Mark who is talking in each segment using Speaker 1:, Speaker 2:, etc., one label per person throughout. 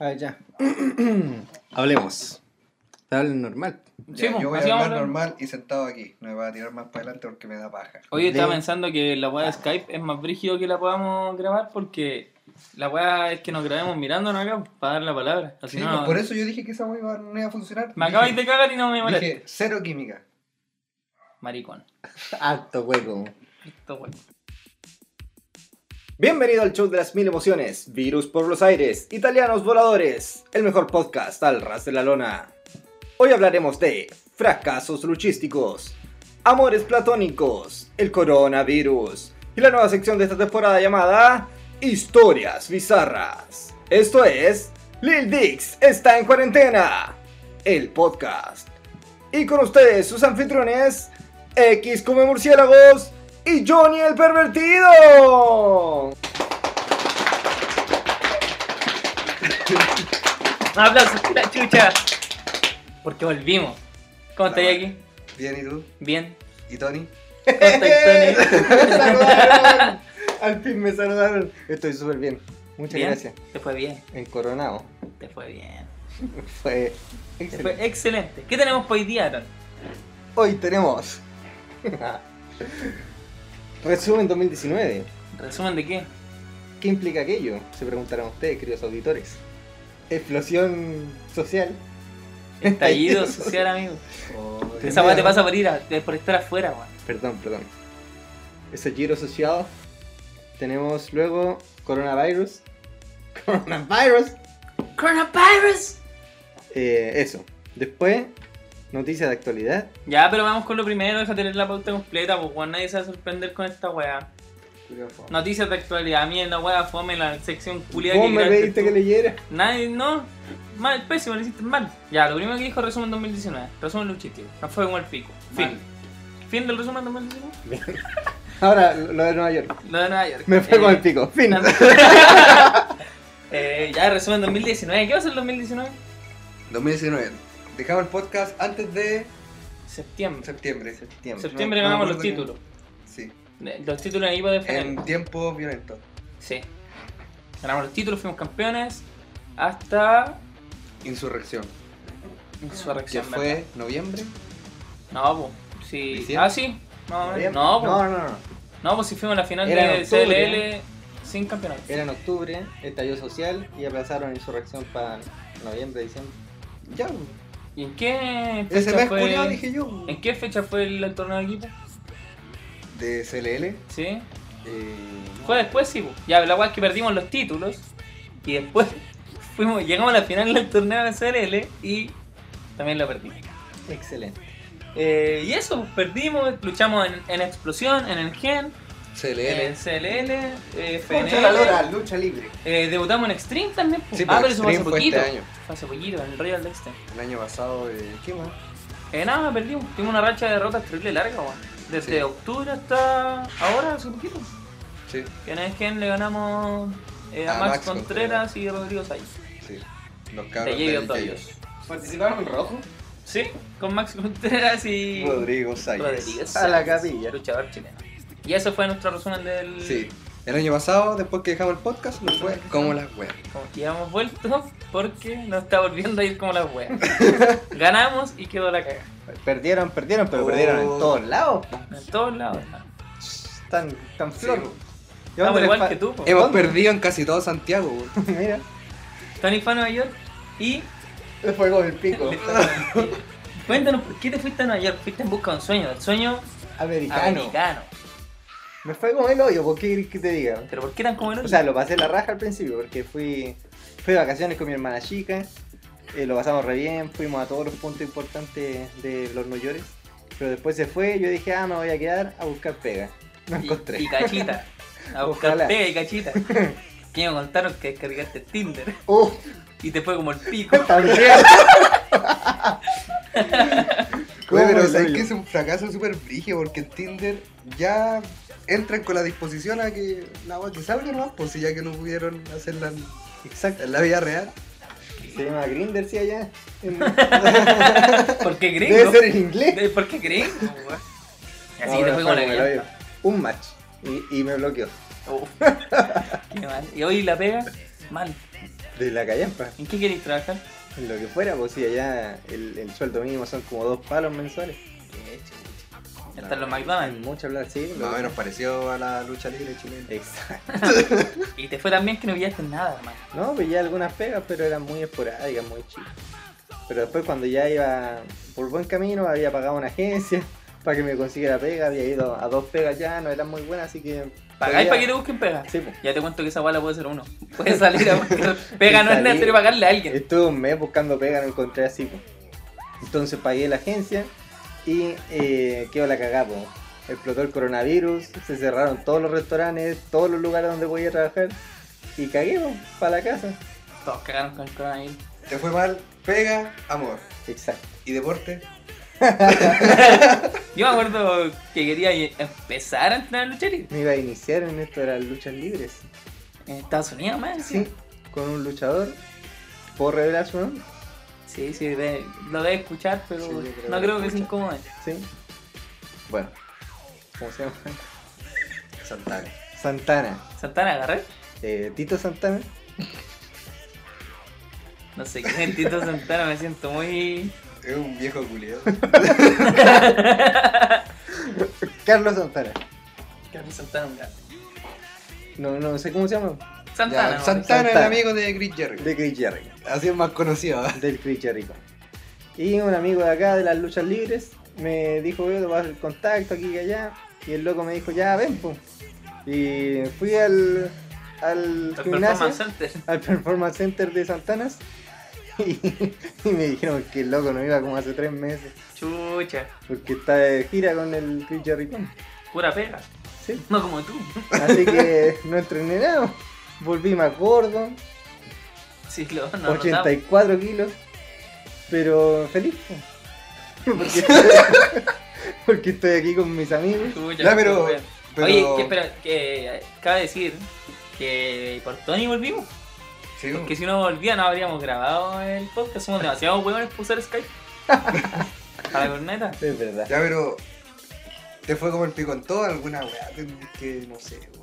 Speaker 1: A ver, Ah, ya. Hablemos. Está hablando normal.
Speaker 2: Sí,
Speaker 3: Ya,
Speaker 2: pues,
Speaker 3: yo voy a
Speaker 2: así vamos
Speaker 3: hablar
Speaker 2: a hablar.
Speaker 3: normal y sentado aquí. No me voy a tirar más para adelante porque me da paja.
Speaker 2: Oye,
Speaker 1: De-
Speaker 2: estaba pensando que la
Speaker 3: Ah.
Speaker 2: weá de Skype es más brígido que la podamos grabar porque la weá es que nos grabemos mirándonos acá pues, para dar la palabra. Así
Speaker 3: Sí,
Speaker 2: no-
Speaker 3: pues, por eso yo dije que esa hueá no iba a funcionar.
Speaker 2: Me
Speaker 3: Dije-
Speaker 2: acabáis de cagar y no me molesta.
Speaker 3: Dije, cero química.
Speaker 2: Maricón.
Speaker 1: Harto hueco.
Speaker 2: Esto, weón.
Speaker 4: Bienvenido al show de las mil emociones, virus por los aires, italianos voladores, el mejor podcast al ras de la lona. Hoy hablaremos de fracasos luchísticos, amores platónicos, el coronavirus y la nueva sección de esta temporada llamada Historias Bizarras. Esto es Lil Dix está en cuarentena, el podcast. Y con ustedes sus anfitriones, X come murciélagos y Johnny el pervertido.
Speaker 2: ¡Aplausos! ¡La chucha! Porque volvimos. ¿Cómo
Speaker 3: La
Speaker 2: estáis
Speaker 3: weá.
Speaker 2: aquí?
Speaker 3: Bien, ¿y tú?
Speaker 2: Bien.
Speaker 3: ¿Y Tony?
Speaker 2: ¿Cómo estáis, Tony?
Speaker 1: Me saludaron. Al fin me saludaron. Estoy súper bien. Muchas
Speaker 2: Bien.
Speaker 1: gracias.
Speaker 2: Te fue bien.
Speaker 1: En Coronado.
Speaker 2: Te fue bien.
Speaker 1: Fue
Speaker 2: Te
Speaker 1: excelente.
Speaker 2: fue excelente. ¿Qué tenemos para hoy día, Tony?
Speaker 1: Hoy tenemos. Ah. Resumen 2019.
Speaker 2: ¿Resumen de qué?
Speaker 1: ¿Qué implica aquello? Se preguntarán ustedes, queridos auditores. Explosión social.
Speaker 2: Estallido social, amigo.
Speaker 3: Oye,
Speaker 2: Esa weá te pasa por ir a, por estar afuera, weón.
Speaker 1: Perdón, perdón. Ese giro social. Tenemos luego coronavirus. Coronavirus.
Speaker 2: ¡Coronavirus!
Speaker 1: Eh, eso. Después, noticias de actualidad.
Speaker 2: Ya, pero vamos con lo primero, deja tener la pauta completa, pues weón, nadie se va a sorprender con esta weá.
Speaker 3: curioso.
Speaker 2: Noticias de actualidad, miren la weá fome, la sección culia
Speaker 1: ¿Cómo me pediste que leyera?
Speaker 2: Nadie, no, mal, pésimo, lo hiciste mal. Ya, lo primero que dijo resumen 2019, resumen luchístico, no fue como el pico. Fin.
Speaker 3: Mal.
Speaker 2: Fin del resumen 2019,
Speaker 1: Ahora, lo lo de Nueva York.
Speaker 2: lo de Nueva York.
Speaker 1: Me fue
Speaker 2: Eh,
Speaker 1: con el pico. Fin.
Speaker 2: eh, ya, resumen 2019, ¿qué va a ser el 2019?
Speaker 3: 2019. Dejamos el podcast antes de
Speaker 2: Septiembre.
Speaker 3: septiembre.
Speaker 1: Septiembre.
Speaker 2: Septiembre
Speaker 3: No, no
Speaker 2: ganamos
Speaker 3: me
Speaker 2: los
Speaker 3: acuerdo
Speaker 2: títulos.
Speaker 3: Sí.
Speaker 2: Eh, Los títulos ahí para defender.
Speaker 3: En tiempos violentos.
Speaker 2: Sí. Ganamos los títulos, fuimos campeones. Hasta
Speaker 3: Insurrección. Que
Speaker 2: insurrección. ¿verdad?
Speaker 3: fue noviembre.
Speaker 2: No, pues. Sí.
Speaker 3: ¿Diciembre?
Speaker 2: Ah, sí. más o
Speaker 1: Noviembre.
Speaker 2: menos. No,
Speaker 1: no,
Speaker 2: pues.
Speaker 1: no, no.
Speaker 2: No, pues si fuimos a la final
Speaker 1: Era en
Speaker 2: de
Speaker 1: octubre,
Speaker 2: CLL sin campeonato.
Speaker 1: Era en octubre, estallido social y aplazaron insurrección para noviembre, diciembre.
Speaker 3: Ya.
Speaker 2: ¿Y en qué
Speaker 3: Ese
Speaker 2: fecha
Speaker 3: mes
Speaker 2: fue?
Speaker 3: culiao, dije yo.
Speaker 2: ¿En qué fecha fue el, el torneo de equipo?
Speaker 3: De CLL.
Speaker 2: Sí.
Speaker 3: eh,
Speaker 2: Fue después, sí. pues. Ya, la weá es que perdimos los títulos. Y después fuimos, llegamos a la final del torneo de CLL y también lo perdimos.
Speaker 1: Excelente.
Speaker 2: Eh, y eso, pues, perdimos, luchamos en, en explosión, en el gen.
Speaker 3: CLL.
Speaker 2: El CLL, eh,
Speaker 1: Contra la lora,
Speaker 2: FNL,
Speaker 1: lucha libre.
Speaker 2: eh, debutamos en Extreme también. pues.
Speaker 3: Sí,
Speaker 2: ah,
Speaker 3: pero
Speaker 2: pero eso fue hace
Speaker 3: Extreme fue
Speaker 2: poquito.
Speaker 3: este año.
Speaker 2: Fue hace poquito, en el Royal de Extreme.
Speaker 3: El año pasado, eh, ¿qué más?
Speaker 2: Eh, nada, perdimos. Tuvimos una racha de derrotas terrible larga, weón. Desde
Speaker 3: Sí.
Speaker 2: octubre hasta ahora, hace poquito.
Speaker 3: Sí,
Speaker 2: Que en el gen le ganamos eh, a,
Speaker 3: A
Speaker 2: Max,
Speaker 3: Max
Speaker 2: Contreras y Rodrigo Sáenz.
Speaker 3: sí. Los
Speaker 2: De
Speaker 3: cabros
Speaker 2: Javier
Speaker 3: del
Speaker 2: Toyos.
Speaker 3: Yayos.
Speaker 4: ¿Participaron en rojo?
Speaker 2: Sí, con Max Contreras y
Speaker 3: Rodrigo Sayas.
Speaker 2: Rodrigo Sáenz,
Speaker 1: A la capilla.
Speaker 2: Luchador chileno. Y eso fue nuestro resumen del...
Speaker 3: Sí. El año pasado, después que dejamos el podcast, nos fue como las weas.
Speaker 2: Como que ya hemos vuelto porque nos está volviendo a ir como las weas. Ganamos y quedó la caga.
Speaker 1: Perdieron, perdieron, pero
Speaker 3: Oh.
Speaker 1: perdieron en todos lados.
Speaker 2: En todos lados. ¿no?
Speaker 1: Tan, tan
Speaker 3: Sí.
Speaker 1: flor. ¿Y dónde
Speaker 2: pues. Estamos
Speaker 1: les
Speaker 2: igual
Speaker 1: fa-
Speaker 2: que tú. po.
Speaker 3: Hemos
Speaker 1: ¿Dónde?
Speaker 3: perdido en casi todo Santiago, weón.
Speaker 1: Mira,
Speaker 2: Tony fue a Nueva York y.
Speaker 1: le fue con el pico.
Speaker 2: Cuéntanos por qué te fuiste a Nueva York. Fuiste en busca de un sueño, del sueño
Speaker 1: Americano.
Speaker 2: americano.
Speaker 1: Me fue como el hoyo, ¿por qué querés que te diga?
Speaker 2: Pero ¿por qué tan como el
Speaker 1: O
Speaker 2: otro?
Speaker 1: sea, lo pasé la raja al principio porque fui, fui de vacaciones con mi hermana chica, eh, lo pasamos re bien, fuimos a todos los puntos importantes de los New York, pero después se fue y yo dije, ah, me voy a quedar a buscar pega. No encontré.
Speaker 2: y, y cachita. A buscar
Speaker 1: Ojalá.
Speaker 2: pega y cachita. Que me contaron que descargaste Tinder
Speaker 1: ¡Uh!
Speaker 3: Oh.
Speaker 2: y te fue como el pico.
Speaker 1: ¡También! ¿Cómo
Speaker 3: Oye, pero
Speaker 1: el
Speaker 3: sabes
Speaker 1: hoyo?
Speaker 3: que es un fracaso súper brigio porque en Tinder ya entran con la disposición a que la wea que salga nomás, por si ya que no pudieron hacerla en,
Speaker 1: Exacto.
Speaker 3: en la vida real.
Speaker 1: Se llama Grinder, sí, allá. En-
Speaker 2: ¿Por qué
Speaker 1: Debe
Speaker 2: gringo?
Speaker 1: ser en inglés.
Speaker 2: De- ¿Por qué gringo? weón? Y Así
Speaker 1: No,
Speaker 2: te
Speaker 1: pero
Speaker 2: fue como la
Speaker 1: fue
Speaker 2: caga.
Speaker 1: el hoyo. Un match. Y, y me bloqueó.
Speaker 2: Uf. Qué mal. Y hoy la pega, mal.
Speaker 1: de la callampa.
Speaker 2: ¿En qué queréis trabajar?
Speaker 1: En lo que fuera, pues si allá el, el sueldo mínimo son como dos palos mensuales.
Speaker 2: Hasta en los
Speaker 1: Hay
Speaker 2: McDonald's.
Speaker 1: mucho hablar, sí.
Speaker 3: Más
Speaker 1: lo-
Speaker 3: o menos pareció a la lucha libre chilena.
Speaker 1: Exacto.
Speaker 2: Y te fue tan bien que no pillaste nada, hermano.
Speaker 1: No, pues ya algunas pegas, pero eran muy esporádicas, muy chicas. Pero después cuando ya iba por buen camino, había pagado una agencia para que me consiguiera pega, había ido a dos pegas ya, no eran muy buenas, así que... podía-
Speaker 2: ¿Pagáis para que te busquen pega?
Speaker 1: Sí, pues.
Speaker 2: Ya te cuento que esa bala puede ser uno. Puede salir a buscar pega, no es
Speaker 1: Salir.
Speaker 2: necesario pagarle a alguien.
Speaker 1: Estuve un mes buscando pega, no encontré así. po. Entonces pagué la agencia y eh, quedó la cagada. po. Explotó el coronavirus, se cerraron todos los restaurantes, todos los lugares donde podía trabajar y cagué para la casa.
Speaker 2: Todos cagaron con el coronavirus.
Speaker 3: Te fue mal, pega, amor.
Speaker 1: Exacto.
Speaker 3: ¿Y deporte?
Speaker 2: Yo me acuerdo que quería empezar a entrenar eh, lucha libre.
Speaker 1: Me iba a iniciar en esto de las luchas libres.
Speaker 2: En Estados Unidos, man.
Speaker 1: Sí, con un luchador. ¿Puedo revelar su nombre?
Speaker 2: Sí, sí, de- lo debe escuchar, pero
Speaker 1: Sí, yo creo
Speaker 2: no
Speaker 1: que
Speaker 2: creo
Speaker 1: lo
Speaker 2: que se
Speaker 1: escucha.
Speaker 2: incomode.
Speaker 1: Sí. Bueno, ¿cómo se llama?
Speaker 3: Santana.
Speaker 1: Santana.
Speaker 2: Santana, agarré.
Speaker 1: Eh, Tito Santana.
Speaker 2: No sé qué es Tito Santana, me siento muy.
Speaker 3: Es un viejo culiado.
Speaker 1: Carlos Santana.
Speaker 2: Carlos Santana, un gato.
Speaker 1: No, no sé cómo se llama.
Speaker 2: Santana,
Speaker 3: Ya,
Speaker 2: no,
Speaker 3: Santana, el
Speaker 1: Santana.
Speaker 3: amigo de Chris Jericho.
Speaker 1: De Chris Jericho.
Speaker 3: Así es más conocido. ¿eh?
Speaker 1: del Chris Jericho. Y un amigo de acá, de las luchas libres, me dijo, yo te voy a hacer el contacto aquí y allá. Y el loco me dijo, ya, ven, po". Y fui al, al
Speaker 2: el Performance
Speaker 1: gimnasio,
Speaker 2: Center.
Speaker 1: al Performance Center de Santanas. Y, y me dijeron que el loco no iba como hace tres meses.
Speaker 2: Chucha,
Speaker 1: Porque está de gira con el Chris Jericho.
Speaker 2: pura pega.
Speaker 1: Sí.
Speaker 2: No como tú.
Speaker 1: Así que no entrené nada. Volví más gordo,
Speaker 2: Sí, lo no,
Speaker 1: 84 kilos, pero feliz. po. Porque, porque estoy aquí con mis amigos.
Speaker 2: no, chucha,
Speaker 3: Ya,
Speaker 2: pura
Speaker 3: pero-
Speaker 2: pega.
Speaker 3: Pero...
Speaker 2: pues, Oye, que espera, que eh, cabe decir que por Tony volvimos.
Speaker 3: Sí,
Speaker 2: Porque si no volvía no habríamos grabado el podcast. Somos demasiados huevones para usar Skype. Para la corneta.
Speaker 1: Es verdad.
Speaker 3: Ya, pero. ¿Te fue como el pico en todo? ¿Alguna weá? que- Que no sé. bo.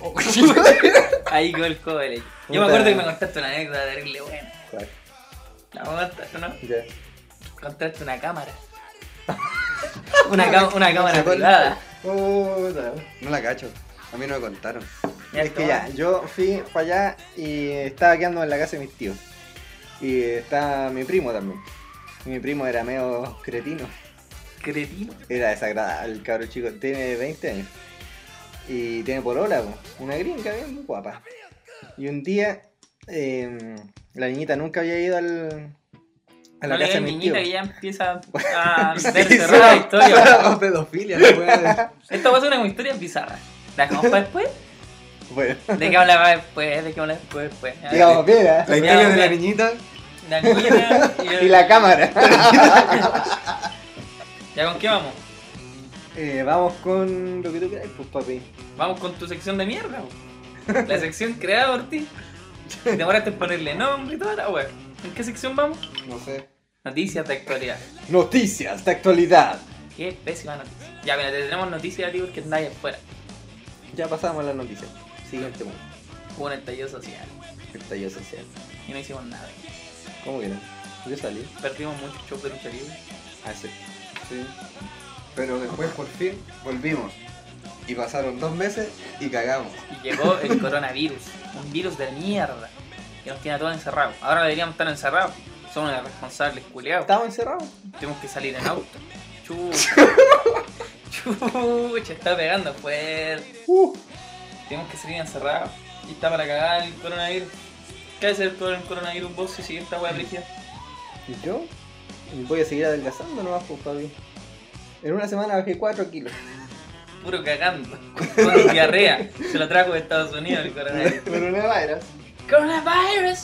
Speaker 3: Oh,
Speaker 2: Ahí quedó el cobre. Yo
Speaker 1: Puta.
Speaker 2: me acuerdo que me contaste una anécdota terrible buena.
Speaker 1: Claro,
Speaker 2: La vamos a contar, ¿no?
Speaker 1: ya.
Speaker 2: Contraste una cámara. una, ca- una cámara privada.
Speaker 1: Puta.
Speaker 3: No la cacho. A mí no me contaron.
Speaker 1: Es que ya, yo fui para allá y estaba quedando en la casa de mis tíos. Y estaba mi primo también. Y mi primo era medio cretino.
Speaker 2: Cretino.
Speaker 1: Era desagradable, el cabro chico. Tiene 20 años. Y tiene polola, po, una gringa bien guapa. Y un día, eh, la niñita nunca había ido al, a la
Speaker 2: no le
Speaker 1: casa de
Speaker 2: digas
Speaker 1: mis
Speaker 2: niñita
Speaker 1: tíos.
Speaker 2: que ya empieza a ver cerrada
Speaker 3: Sí,
Speaker 2: la
Speaker 3: suena-
Speaker 2: historia.
Speaker 3: suena a Oh, pedofilia, la weá.
Speaker 2: Esto va a ser una historia bizarra. ¿La dejamos para después?
Speaker 1: Bueno,
Speaker 2: ¿De qué hablaba después? ¿De qué hablaba después? después? A ver,
Speaker 1: digamos, mira.
Speaker 3: La historia de la niñita.
Speaker 2: La niña
Speaker 1: Y la cámara.
Speaker 2: ¿Ya con qué vamos?
Speaker 1: Eh, vamos con lo que tú quieras, pues papi.
Speaker 2: Vamos con tu sección de mierda, bo. La sección creada por ti. Te demoraste en ponerle nombre y toda la wea. ¿En qué sección vamos?
Speaker 3: No sé.
Speaker 2: Noticias de actualidad.
Speaker 1: Noticias de actualidad.
Speaker 2: Qué pésima noticia. Ya, mira, te tenemos noticias a ti porque nadie afuera.
Speaker 1: Ya pasamos a las noticias. Siguiente mundo.
Speaker 2: Hubo un estallido social
Speaker 1: Estallido social.
Speaker 2: y no hicimos nada.
Speaker 1: ¿Cómo que no? Yo salí.
Speaker 2: Perdimos mucho show de lucha libre.
Speaker 1: Ah, sí.
Speaker 3: Sí. Pero después, por fin, volvimos. Y pasaron dos meses y cagamos.
Speaker 2: Y llegó el coronavirus. Un virus de mierda. Que nos tiene a todos encerrados. Ahora deberíamos estar encerrados. Somos los responsables, culiados.
Speaker 1: Estaba encerrado.
Speaker 2: Tenemos que salir en auto. Chucha. Chucha, está pegando fuerte.
Speaker 1: Uh,
Speaker 2: Tenemos que salir encerrados. Y está para cagar el coronavirus. ¿Qué hace el cor- coronavirus vos si sigue esta wea brígida?
Speaker 1: ¿Y yo? Voy a seguir adelgazando nomás, pues papi. En una semana bajé 4 kilos.
Speaker 2: Puro cagando. Con diarrea. Se lo trajo de Estados Unidos el coronavirus.
Speaker 1: Pero no era.
Speaker 2: Coronavirus.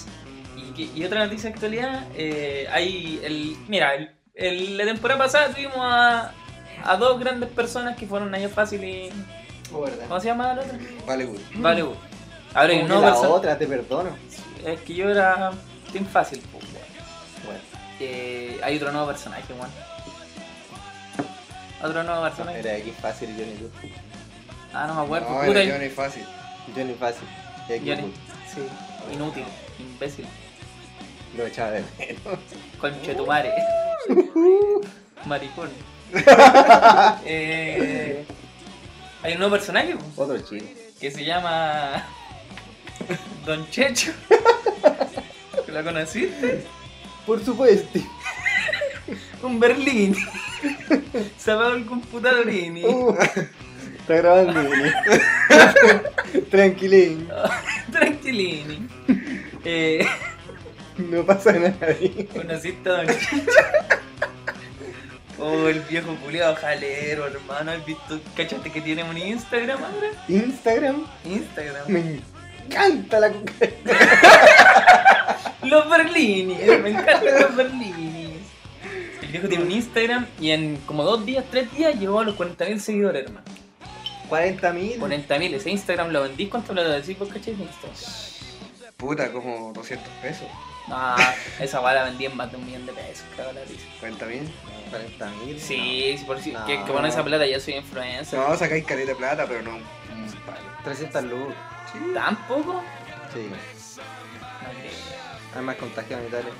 Speaker 2: Y, que- y otra noticia de actualidad, eh, hay el. Mira, el- el- la temporada pasada tuvimos a, a dos grandes personas que fueron años fácil y. ¿Cómo se llama la otra?
Speaker 3: Vale, güey.
Speaker 2: Vale, güey. Ahora hay un
Speaker 1: Como
Speaker 2: nuevo
Speaker 1: que la
Speaker 2: perso-
Speaker 1: otra, te perdono.
Speaker 2: Es que yo era Team Fácil, po, weón.
Speaker 1: Bueno,
Speaker 2: Eh, hay otro nuevo personaje, weón. Otro nuevo personaje.
Speaker 1: era aquí fácil Johnny Good.
Speaker 2: Ah, no me acuerdo.
Speaker 3: No,
Speaker 2: puta,
Speaker 3: era Johnny Fácil.
Speaker 1: Johnny fácil. Y aquí
Speaker 2: Johnny.
Speaker 1: Good.
Speaker 2: Sí, inútil. imbécil.
Speaker 1: Lo echaba de menos.
Speaker 2: Conchetumare. Maricón. Eh, hay un nuevo personaje pues,
Speaker 1: Otro chico.
Speaker 2: que se llama Don Checho. ¿Lo conociste?
Speaker 1: Por supuesto.
Speaker 2: Un Berlín. Sábado el computadorini.
Speaker 1: Uh, está grabando. Willy. Tranquilín.
Speaker 2: Tranquilini. Eh,
Speaker 1: No pasa nada ahí.
Speaker 2: ¿Conociste a Don Chicho? Oh, el viejo culiado jalero, hermano. ¿Has visto? ¿Cachaste que tiene un Instagram ahora?
Speaker 1: Instagram.
Speaker 2: Instagram.
Speaker 1: Me encanta la cuca.
Speaker 2: Los Berlini. eh, Me encantan los Berlini. El viejo tiene un Instagram y en como dos días, tres días, llegó a los 40.000 seguidores, hermano.
Speaker 1: 40.000.
Speaker 2: 40.000. Ese Instagram lo vendí. ¿Cuánto lo decís vos, cachai? de Instagram?
Speaker 3: Puta, como 200 pesos.
Speaker 2: Ah, esa bala vendí en más de un millón de pesos, cago la risa.
Speaker 3: 40 mil.
Speaker 1: 40.000.
Speaker 2: Sí, sí, por si
Speaker 1: No.
Speaker 2: que, que con esa plata yo soy influencer. Mm,
Speaker 3: No, sacáis caleta de plata, pero no. un palo.
Speaker 1: 300 luz.
Speaker 2: ¿Tampoco? No
Speaker 1: Sí.
Speaker 2: creo.
Speaker 1: Además contagio en Italia.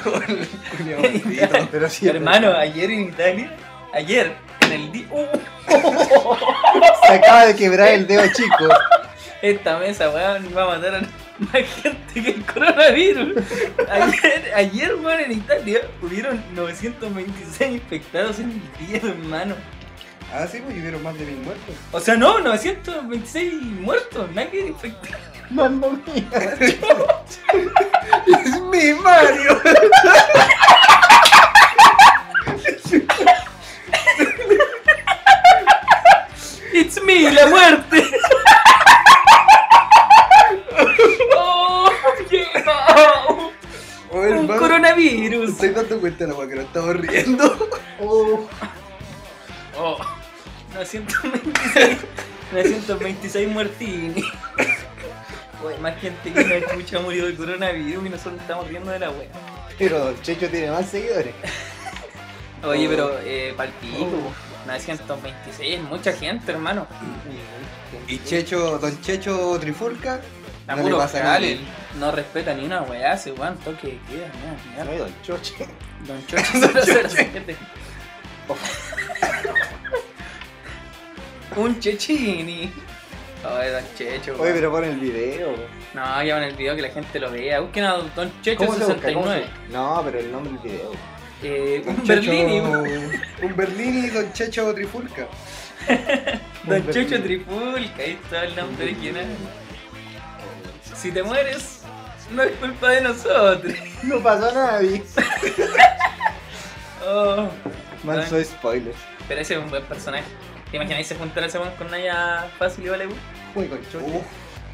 Speaker 3: Culiao maldito.
Speaker 1: Pero sí.
Speaker 2: Hermano, ayer en Italia, ayer, en el uh, día...
Speaker 1: Se acaba de quebrar el dedo chico.
Speaker 2: esta mesa, weón, va a matar a más gente que el coronavirus. Ayer, ayer, weón, en Italia hubieron 926 infectados en el día, hermano.
Speaker 3: Ah, sí, pues y hubieron más de mil muertos.
Speaker 2: O sea, no, 926 muertos, nadie infectado.
Speaker 1: Mamma mía.
Speaker 3: ¡Es mi Mario!
Speaker 2: It's me, la muerte. oh, qué mal.
Speaker 3: Oh,
Speaker 2: Un
Speaker 3: hermano,
Speaker 2: coronavirus.
Speaker 3: Estoy dando cuenta de la weá que no estaba riendo.
Speaker 1: Oh.
Speaker 2: Oh, 926, 926 muertini. Uy, más gente que no escucha murió de coronavirus y nosotros estamos riendo de la wea.
Speaker 1: Pero Don Checho tiene más seguidores.
Speaker 2: Oye,
Speaker 3: Oh.
Speaker 2: pero eh, palpico, 926 es mucha gente, hermano.
Speaker 3: Y Checho, Don Checho Trifulca.
Speaker 2: A
Speaker 3: No le
Speaker 2: puro
Speaker 3: pasa a
Speaker 2: jale,
Speaker 3: nadie.
Speaker 2: no respeta ni una weá, ese weón, toque de queda, mira,
Speaker 1: No
Speaker 2: mira.
Speaker 1: hay Don Chocho.
Speaker 2: Don Chocho 007. Un chechini. Oye, Don Checho.
Speaker 1: Oye,
Speaker 2: weón.
Speaker 1: pero pon el video.
Speaker 2: No, ya en el video que la gente lo vea. Busquen a Don Checho
Speaker 1: ¿Cómo se busca? ¿Cómo
Speaker 2: 69.
Speaker 1: se- No, pero el nombre del video.
Speaker 2: Eh, un
Speaker 3: Checho-
Speaker 2: Berlini. Don
Speaker 3: Un Berlini Don Checho Trifulca.
Speaker 1: un
Speaker 2: Checho
Speaker 1: Berlini.
Speaker 2: Trifulca. Ahí está el nombre original. Si te mueres, no es culpa de nosotros.
Speaker 1: No pasó a nadie.
Speaker 2: Oh.
Speaker 1: Man, soy spoiler.
Speaker 2: Pero ese es un buen personaje. ¿Te imagináis se juntar ese weón con Naya fácil y vale? weón?
Speaker 1: Uy, con Chocho.
Speaker 3: Uf,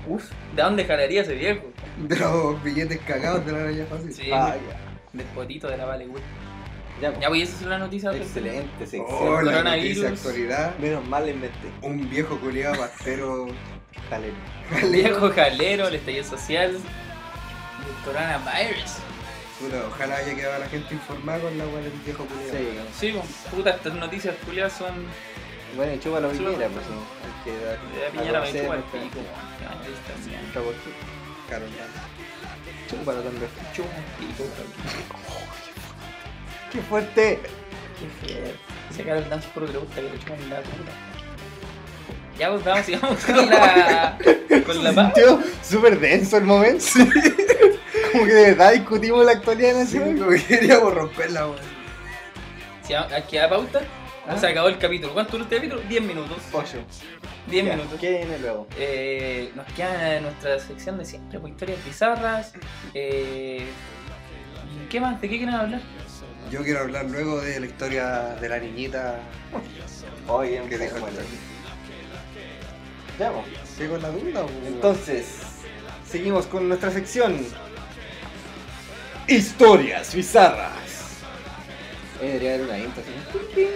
Speaker 1: Uf.
Speaker 2: ¿De dónde jalaría ese viejo?
Speaker 3: de los billetes cagados de la araña fácil.
Speaker 2: Sí,
Speaker 1: Ah, ya.
Speaker 2: del potito de la vale. weón.
Speaker 1: Ya,
Speaker 2: Ya, pues esa es la noticia. del-
Speaker 1: Excelente, sí,
Speaker 3: Oh,
Speaker 1: excelente.
Speaker 3: la
Speaker 2: coronavirus.
Speaker 3: noticia de actualidad.
Speaker 1: Menos mal le inventé.
Speaker 3: Un viejo culiado pastero.
Speaker 1: Dale.
Speaker 2: Viejo jalero, el estallido social. Del coronavirus.
Speaker 3: Puta, ojalá haya quedado la gente informada con la weá del viejo culiado.
Speaker 1: Sí.
Speaker 2: Sí, pues, puta, estas noticias culiadas son
Speaker 1: Bueno, y chupa la
Speaker 2: Chupa.
Speaker 1: primera, pues sí. Hay que dar.
Speaker 2: de Piñera
Speaker 1: a
Speaker 2: me
Speaker 1: conocer
Speaker 2: chupa el
Speaker 1: nuestra-
Speaker 2: pico, weón. Qué mal distancia.
Speaker 1: nuestra cultura.
Speaker 3: Claro,
Speaker 1: Chúpalo también.
Speaker 2: Chupa el pico, weón.
Speaker 1: ¡Qué fuerte!
Speaker 2: Qué feo. Ese cara el dance puro que le gusta que le chupen la puta. Ya, pues vamos, sigamos con la. con la paz.
Speaker 1: Tío, súper denso el momento. Como que de verdad discutimos la actualidad
Speaker 3: Sí,
Speaker 1: nacional.
Speaker 3: como que queríamos romperla, weón.
Speaker 2: Sigamos- Aquí a pauta.
Speaker 1: Ah.
Speaker 2: Se acabó el capítulo. ¿Cuánto duró este capítulo? 10 minutos.
Speaker 1: Ocho.
Speaker 2: 10
Speaker 1: Ya,
Speaker 2: minutos.
Speaker 1: ¿Qué viene luego?
Speaker 2: Eh, nos queda nuestra sección de siempre, pues, historias bizarras. Eh, ¿y ¿Qué más? ¿De qué quieren hablar?
Speaker 3: Yo quiero hablar luego de la historia de la niñita
Speaker 1: Oye,
Speaker 3: que dejó el
Speaker 1: Ya, vos.
Speaker 3: Sí, con la duda, weón.
Speaker 1: Entonces, seguimos con nuestra sección. Historias bizarras. Oye, debería haber una intro, ¿sí?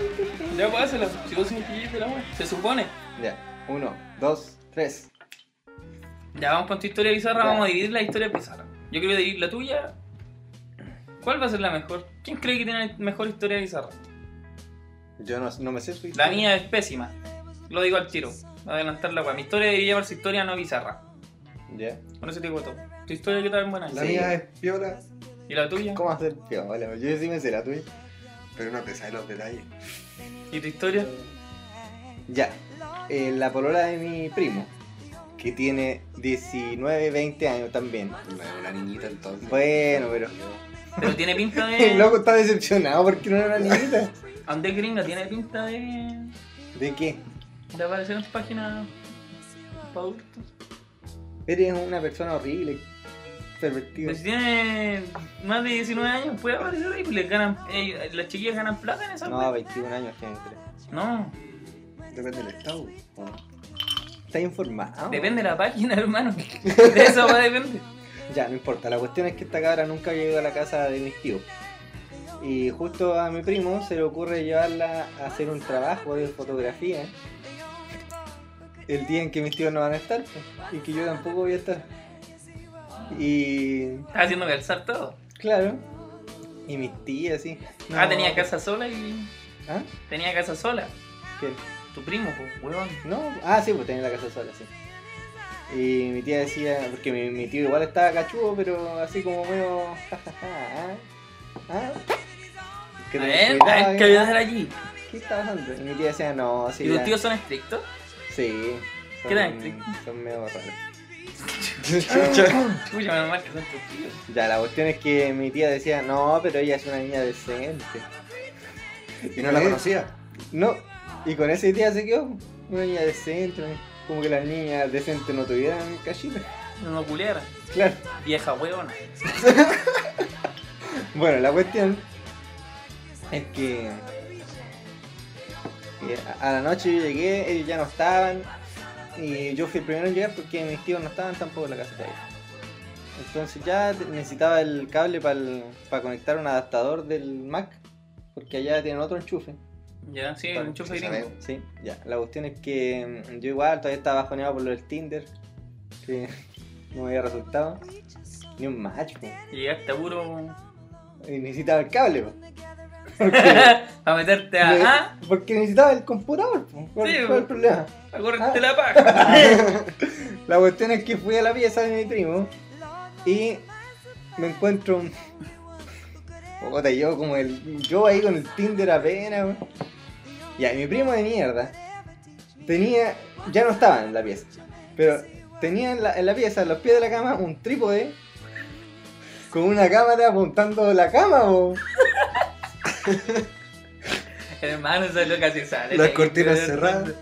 Speaker 2: Ya, pues, hazlo. Si vos sin que de la wea, se supone.
Speaker 1: Ya. Uno, dos, tres.
Speaker 2: Ya vamos con tu historia bizarra,
Speaker 1: Ya.
Speaker 2: vamos a dividir la historia bizarra. Yo quiero dividir la tuya. ¿Cuál va a ser la mejor? ¿Quién cree que tiene la mejor historia bizarra?
Speaker 1: Yo no, no me sé su
Speaker 2: La mía es pésima. Lo digo al tiro. Voy a adelantar la weá. Mi historia debería llamarse historia no bizarra.
Speaker 1: Ya.
Speaker 2: Con eso te digo todo. Tu historia que tan buena.
Speaker 3: La
Speaker 2: Sí.
Speaker 3: mía es piola,
Speaker 2: ¿Y la tuya?
Speaker 1: ¿Cómo hacer piola? Yo sí me sé la tuya.
Speaker 3: pero no te sabes los detalles.
Speaker 2: ¿Y tu historia?
Speaker 1: Ya. Eh, la polola de mi primo, que tiene 19, 20 años también.
Speaker 3: Una, una niñita entonces.
Speaker 1: Bueno, pero-
Speaker 2: Pero tiene pinta
Speaker 1: El
Speaker 2: de.
Speaker 1: loco está decepcionado porque no era una niñita.
Speaker 2: Andrés Gringa tiene pinta de.
Speaker 1: ¿De qué?
Speaker 2: de aparecer en páginas para adultos.
Speaker 1: Eres una persona horrible, pervertido.
Speaker 2: Pero Pues si tiene más de 19 años, puede aparecer ahí, pues les ganan, eh, las chiquillas ganan plata en esa
Speaker 1: No,
Speaker 2: wea.
Speaker 1: 21 años tiene creo.
Speaker 2: no,
Speaker 3: Depende del estado.
Speaker 1: ¿Estás
Speaker 3: Ah,
Speaker 1: informado?
Speaker 2: depende de la página, hermano. De eso va a depender.
Speaker 1: Ya, no importa. La cuestión es que esta cabra nunca había ido a la casa de mis tíos. Y justo a mi primo se le ocurre llevarla a hacer un trabajo de fotografía el día en que mis tíos no van a estar pues, y que yo tampoco voy a estar. Y
Speaker 2: Estaba haciendo calzar todo.
Speaker 1: claro, y mis tías, sí. No,
Speaker 2: Ah, tenía casa sola y.
Speaker 1: ¿Ah?
Speaker 2: Tenía casa sola.
Speaker 1: ¿Qué?
Speaker 2: Tu primo, pues, huevón.
Speaker 1: No, ah, sí, pues tenía la casa sola, sí. Y mi tía decía, porque mi, mi tío igual estaba cachudo, pero así como medio. jajaja, ¿ah? ¿Ah? Que
Speaker 2: A
Speaker 1: te
Speaker 2: ver,
Speaker 1: cuidaba,
Speaker 2: hay que
Speaker 1: ¿eh?
Speaker 2: ayudar allí.
Speaker 1: ¿Qué está pasando? Y mi tía decía, no, sí.
Speaker 2: ¿Y tus
Speaker 1: la-
Speaker 2: tíos son estrictos?
Speaker 1: Sí.
Speaker 2: ¿Qué
Speaker 1: son-
Speaker 2: tan estrictos?
Speaker 1: Son medio raros.
Speaker 2: Chucha, menos mal que son tus tíos.
Speaker 1: Ya, la cuestión es que mi tía decía, no, pero ella es una niña decente.
Speaker 3: Y no la
Speaker 1: ¿Eh?
Speaker 3: conocía.
Speaker 1: No, y con esa idea se quedó. Una niña decente, como que las niñas decentes no tuvieran cachita.
Speaker 2: No culiaran.
Speaker 1: Claro.
Speaker 2: Vieja huevona.
Speaker 1: Bueno, la cuestión es que eh, a a la noche yo llegué, ellos ya no estaban y yo fui el primero en llegar porque mis tíos no estaban tampoco en la casa de ellos. Entonces ya te- necesitaba el cable para conectar un adaptador del Mac porque allá tienen otro enchufe.
Speaker 2: Ya, sí,
Speaker 1: Claro,
Speaker 2: mucho
Speaker 3: sí
Speaker 2: gringo.
Speaker 3: sabemos.
Speaker 1: Sí, ya. La cuestión es que mm, yo igual todavía estaba bajoneado por lo del Tinder que no me había resultado ni un match. po.
Speaker 2: Y llegaste a puro.
Speaker 1: Y necesitaba el cable. po. Porque-
Speaker 2: a meterte a.
Speaker 1: Me-
Speaker 2: ¿Ah?
Speaker 1: Porque necesitaba el computador. po. ¿Cuál,
Speaker 2: Sí,
Speaker 1: cuál
Speaker 2: po.
Speaker 1: el problema?
Speaker 2: A correrte la paja.
Speaker 1: La cuestión es que fui a la pieza de mi primo y me encuentro un. Puta, yo como el. Yo ahí con el Tinder apenas, weón. Ya, y mi primo de mierda tenía. Ya no estaba en la pieza, pero tenía en la, en la pieza, a los pies de la cama, un trípode con una cámara apuntando la cama, po.
Speaker 2: Hermano, eso es lo que así sale.
Speaker 3: Las
Speaker 2: Sí,
Speaker 3: cortinas
Speaker 2: pero-
Speaker 3: cerradas.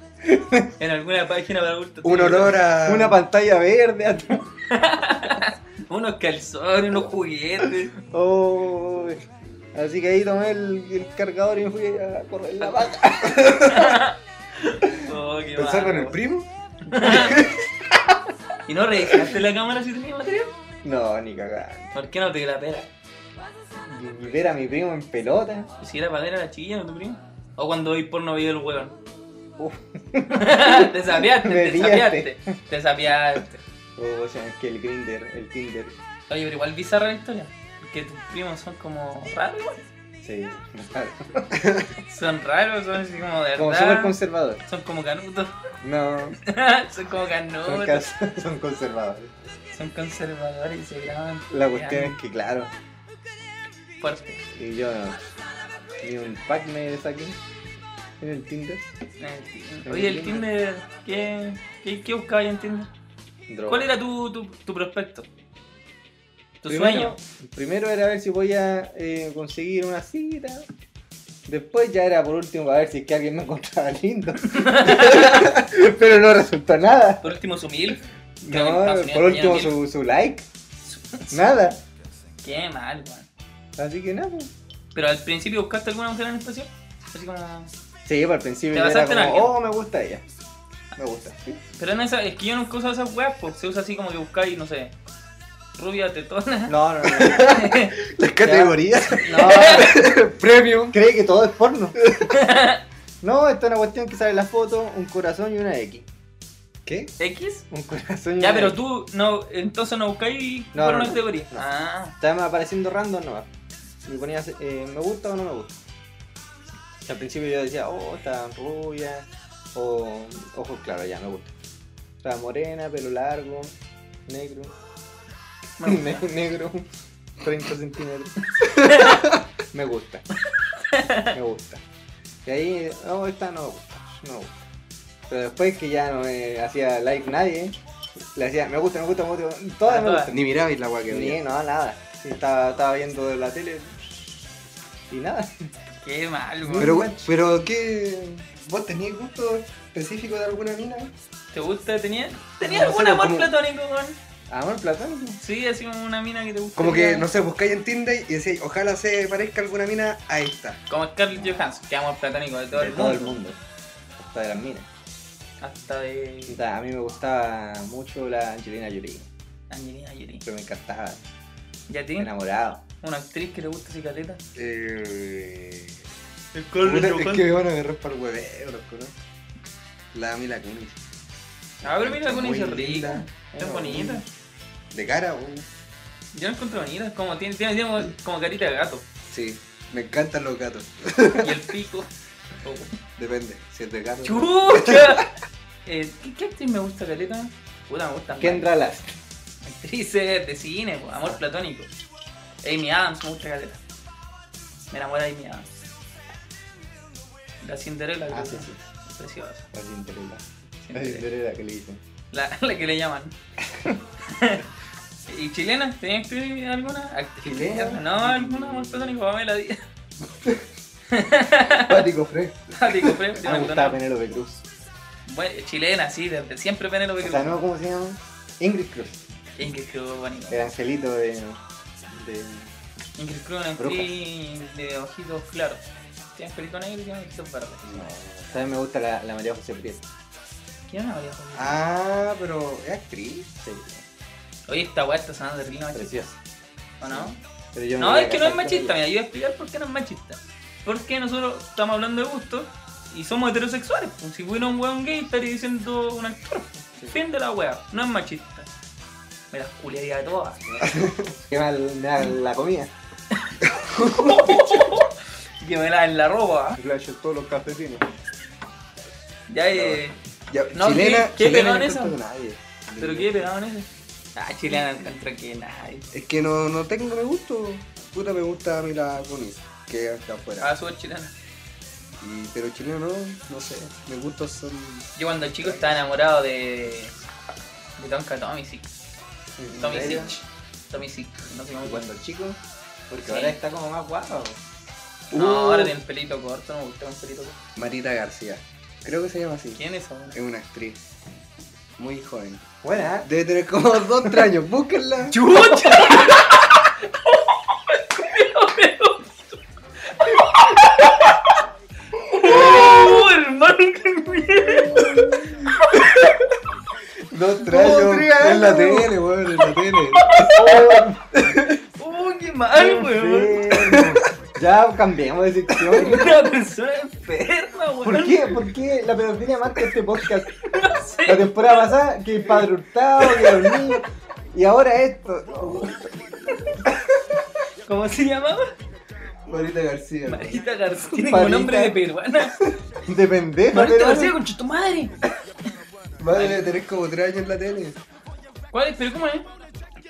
Speaker 2: En alguna página para adultos.
Speaker 3: Un
Speaker 2: tiene
Speaker 3: olor a.
Speaker 1: una pantalla verde atrás.
Speaker 2: Unos calzones, unos juguetes.
Speaker 1: Oh, así que ahí tomé el, el cargador y me fui a correr la vaca.
Speaker 2: Oh, qué
Speaker 3: ¿Pensaba en
Speaker 2: malo.
Speaker 3: el primo?
Speaker 2: ¿Y no revisaste la cámara si tenía material?
Speaker 1: No, ni cagada.
Speaker 2: ¿Por qué no te la pera?
Speaker 1: Y ver a mi primo en pelota.
Speaker 2: Si era para ver a la chiquilla, no tu primo. O cuando veis porno video el hueón.
Speaker 1: Uf.
Speaker 2: te sapeaste,
Speaker 1: Me
Speaker 2: te sapeaste. Te sapeaste.
Speaker 1: Oh, o sea, es que el grinder, el Tinder.
Speaker 2: Oye, pero igual bizarra la historia. Porque tus primos son como raros. igual.
Speaker 1: Sí,
Speaker 2: Son raros, son así como de
Speaker 1: como súper
Speaker 2: verdad.
Speaker 1: conservador.
Speaker 2: son como canutos.
Speaker 1: No,
Speaker 2: son como
Speaker 1: son,
Speaker 2: canutos.
Speaker 1: cas- son conservadores.
Speaker 2: Son conservadores y se graban.
Speaker 1: La cuestión es que, claro,
Speaker 2: Fuerte.
Speaker 1: y yo no. Ni un pack me saqué en el Tinder.
Speaker 2: Oye, el Tinder, ¿qué, qué, qué buscabas en Tinder?
Speaker 1: Droga.
Speaker 2: ¿Cuál era tu, tu, tu prospecto? ¿Tu sueño?
Speaker 1: Primero- Primero era ver si podía eh, conseguir una cita. Después ya era por último para ver si es que alguien me encontraba lindo. Pero no resultó nada.
Speaker 2: Por último, su mil. Que alguien
Speaker 1: No,
Speaker 2: más
Speaker 1: por
Speaker 2: tenía-
Speaker 1: último
Speaker 2: tenía
Speaker 1: su, su like. Nada.
Speaker 2: Qué mal, weón.
Speaker 1: Así que nada. pues.
Speaker 2: Pero al principio buscaste alguna mujer en especial. Así como.
Speaker 1: Sí, para el principio
Speaker 2: ¿Te
Speaker 1: yo era
Speaker 2: basaste en
Speaker 1: como,
Speaker 2: alguien?
Speaker 1: oh, me gusta ella. Me gusta.
Speaker 2: Pero en esa, es que yo nunca uso esas weas, pues se usa así como que buscáis, no sé. Rubia tetona.
Speaker 1: No, no, no.
Speaker 3: Las categorías.
Speaker 1: no.
Speaker 3: Premium.
Speaker 1: Cree que todo es porno. No, esto es una cuestión que sale en la foto, un corazón y una X.
Speaker 3: ¿Qué?
Speaker 2: ¿X?
Speaker 1: Un corazón y
Speaker 2: Ya,
Speaker 1: una
Speaker 2: pero
Speaker 1: X.
Speaker 2: tú no, entonces no buscáis
Speaker 1: No,
Speaker 2: por
Speaker 1: no,
Speaker 2: una
Speaker 1: no.
Speaker 2: categoría.
Speaker 1: No.
Speaker 2: Ah,
Speaker 1: Estaba apareciendo random nomás. Y me ponías eh, me gusta o no me gusta. Y al principio yo decía, oh, está rubia, o ojos claros, ya me gusta. Estaba morena, pelo largo, negro.
Speaker 2: Me gusta.
Speaker 1: Ne- negro, 30 centímetros. me gusta. Me gusta. Y ahí, no, esta no me gusta. No me gusta. Pero después que ya no me hacía like nadie, le hacía, me gusta, me gusta, me gusta. Todas
Speaker 2: Ah,
Speaker 1: me
Speaker 2: todas.
Speaker 1: gustan.
Speaker 3: Ni mirabais la weá que
Speaker 1: Ni,
Speaker 3: venía.
Speaker 1: no, nada. Sí, Estaba, estaba viendo la tele y nada.
Speaker 2: Qué mal, weón.
Speaker 3: Pero, pero ¿qué? ¿Vos tenías gusto específico de alguna mina?
Speaker 2: ¿Te gusta? ¿Tenía, tenía
Speaker 1: No sé,
Speaker 2: algún amor
Speaker 1: como-
Speaker 2: platónico, weón?
Speaker 1: Amor platónico.
Speaker 2: Sí, así como una mina que te gusta.
Speaker 3: Como que, no sé, buscáis en Tinder y decís, ojalá se parezca alguna mina a esta.
Speaker 2: Como Scarlett Johansson, que amor platónico de todo,
Speaker 1: De
Speaker 2: el,
Speaker 1: todo el
Speaker 2: mundo.
Speaker 1: mundo. Hasta de las minas.
Speaker 2: Hasta de
Speaker 1: Puta, A mí me gustaba mucho la Angelina Jolie.
Speaker 2: Angelina Jolie.
Speaker 1: Pero me encantaba.
Speaker 2: ¿Y a ti?
Speaker 1: Enamorado.
Speaker 2: ¿Una actriz que te gusta así caleta?
Speaker 3: Eh...
Speaker 2: Scarlett
Speaker 3: puta, es que me van a agarrar para el hueveo, loco, ¿no? La Mila Kunis.
Speaker 2: Ah, pero mira, alguna
Speaker 3: Muy
Speaker 2: hizo
Speaker 3: linda.
Speaker 2: rica. Está
Speaker 1: Bueno,
Speaker 2: bonita.
Speaker 3: De cara, weón.
Speaker 2: Yo la encuentro bonita. es Como, tiene, tiene, como, como carita de gato.
Speaker 3: Sí, me encantan los gatos.
Speaker 2: Y el pico. Oh.
Speaker 3: Depende, si es de gato.
Speaker 2: ¡Chucha! Eh, ¿qué, qué actriz me gusta, Caleta? Puta, me gusta.
Speaker 1: Kendra Last.
Speaker 2: Actrices de cine, po, amor platónico. Amy Adams, me gusta Caleta. Me enamora Amy Adams. La Cinderella,
Speaker 1: Ah,
Speaker 2: creo
Speaker 1: sí,
Speaker 2: que
Speaker 1: sí.
Speaker 2: es Preciosa.
Speaker 1: La Cinderella. La
Speaker 2: Cinderella.
Speaker 1: Cinderella que le dicen.
Speaker 2: La, la que le llaman. ¿Y chilena? ¿Tenías tú alguna? Actriz.
Speaker 1: ¿Chilena?
Speaker 2: No, alguna amor platónico, Pamela Díaz.
Speaker 3: Pático Fred.
Speaker 2: Digo, Fred,
Speaker 1: Ah,
Speaker 2: yo
Speaker 1: me gustaba
Speaker 2: me acuerdo.
Speaker 1: Penélope Cruz.
Speaker 2: Bueno, chilena, sí, desde siempre Penélope
Speaker 1: O
Speaker 2: Cruz.
Speaker 1: sea, ¿no? ¿Cómo se llama? Ingrid Cruz.
Speaker 2: Ingrid Cruz, bonito.
Speaker 1: El angelito de... de...
Speaker 2: Ingrid Cruz, una
Speaker 1: Bruja.
Speaker 2: actriz de ojitos claros. Tiene pelito negro y tiene ojitos verdes.
Speaker 1: No. También me gusta la, la María José Prieto.
Speaker 2: ¿Quién es María José?
Speaker 3: Ah, pero es actriz.
Speaker 1: Sí,
Speaker 2: Ah, Oye, esta weá está sonando terrible machista,
Speaker 1: preciosa.
Speaker 2: ¿o no?
Speaker 1: Pero yo me
Speaker 2: No,
Speaker 1: voy a
Speaker 2: es que no es
Speaker 1: casar con
Speaker 2: machista,
Speaker 1: ella.
Speaker 2: mira, yo voy a explicar por qué no es machista. Porque nosotros estamos hablando de gusto y somos heterosexuales. pues, Si fuera un weón gay estaría diciendo un actor. pues.
Speaker 1: Sí.
Speaker 2: Fin de la weá, no es machista. Me las culiaría de todas.
Speaker 1: Qué mal me da la comida.
Speaker 2: que me las en la ropa.
Speaker 1: Le ha hecho todos los cafetines.
Speaker 2: Ya eh,
Speaker 3: Ya,
Speaker 2: No,
Speaker 3: chilena,
Speaker 2: ¿qué- qué
Speaker 3: chilena
Speaker 2: pelón
Speaker 3: no
Speaker 2: esa?
Speaker 3: encuentro nadie.
Speaker 2: ¿Pero qué pegado en eso? Ah, chilena no encuentro que nadie.
Speaker 3: Es que no, no tengo me gusto. Puta, me gusta Mila Kunis, que es acá afuera.
Speaker 2: Ah, súper chilena.
Speaker 3: Y- pero chileno no, no sé. Mis gustos son.
Speaker 2: Yo cuando chico estaba enamorado de. de Tonka Tommy Sick. Tommy Sick. Tommy Sick, no sé cómo cuento.
Speaker 1: Cuando chico, porque
Speaker 2: Sí.
Speaker 1: ahora está como más guapa. po.
Speaker 2: No,
Speaker 3: Uh,
Speaker 2: ahora tiene el pelito corto, no me gusta un pelito corto.
Speaker 3: Marita García. Creo que se llama así.
Speaker 2: ¿Quién es ahora?
Speaker 3: Es una actriz. Muy joven.
Speaker 1: Buena, ¿eh?
Speaker 3: Debe tener como dos, tres años. Búsquenla.
Speaker 2: ¡Chucha! ¡Oh, hermano, qué miedo!
Speaker 3: Dos,
Speaker 1: Dos, tres
Speaker 3: En la
Speaker 1: años.
Speaker 3: tele, weón, en la tele.
Speaker 2: ¡Oh, qué mal, weón!
Speaker 1: Enfermo. Ya cambiamos de sección.
Speaker 2: Una persona enferma, weón.
Speaker 1: ¿Por qué? ¿Por qué la pedofilia marca este podcast?
Speaker 2: No
Speaker 1: La
Speaker 2: sé.
Speaker 1: temporada pasada, que el padre Hurtado, que los niños, y ahora esto.
Speaker 2: ¿Cómo se llamaba?
Speaker 3: Marita García. weón.
Speaker 2: Marita García. Tiene como
Speaker 1: Marita.
Speaker 2: nombre de peruana.
Speaker 1: De pendejo,
Speaker 2: Marita
Speaker 1: pero.
Speaker 2: García, concha tu madre.
Speaker 3: Madre, debe tener como tres años en la tele.
Speaker 2: ¿Cuál es? ¿Pero cómo es?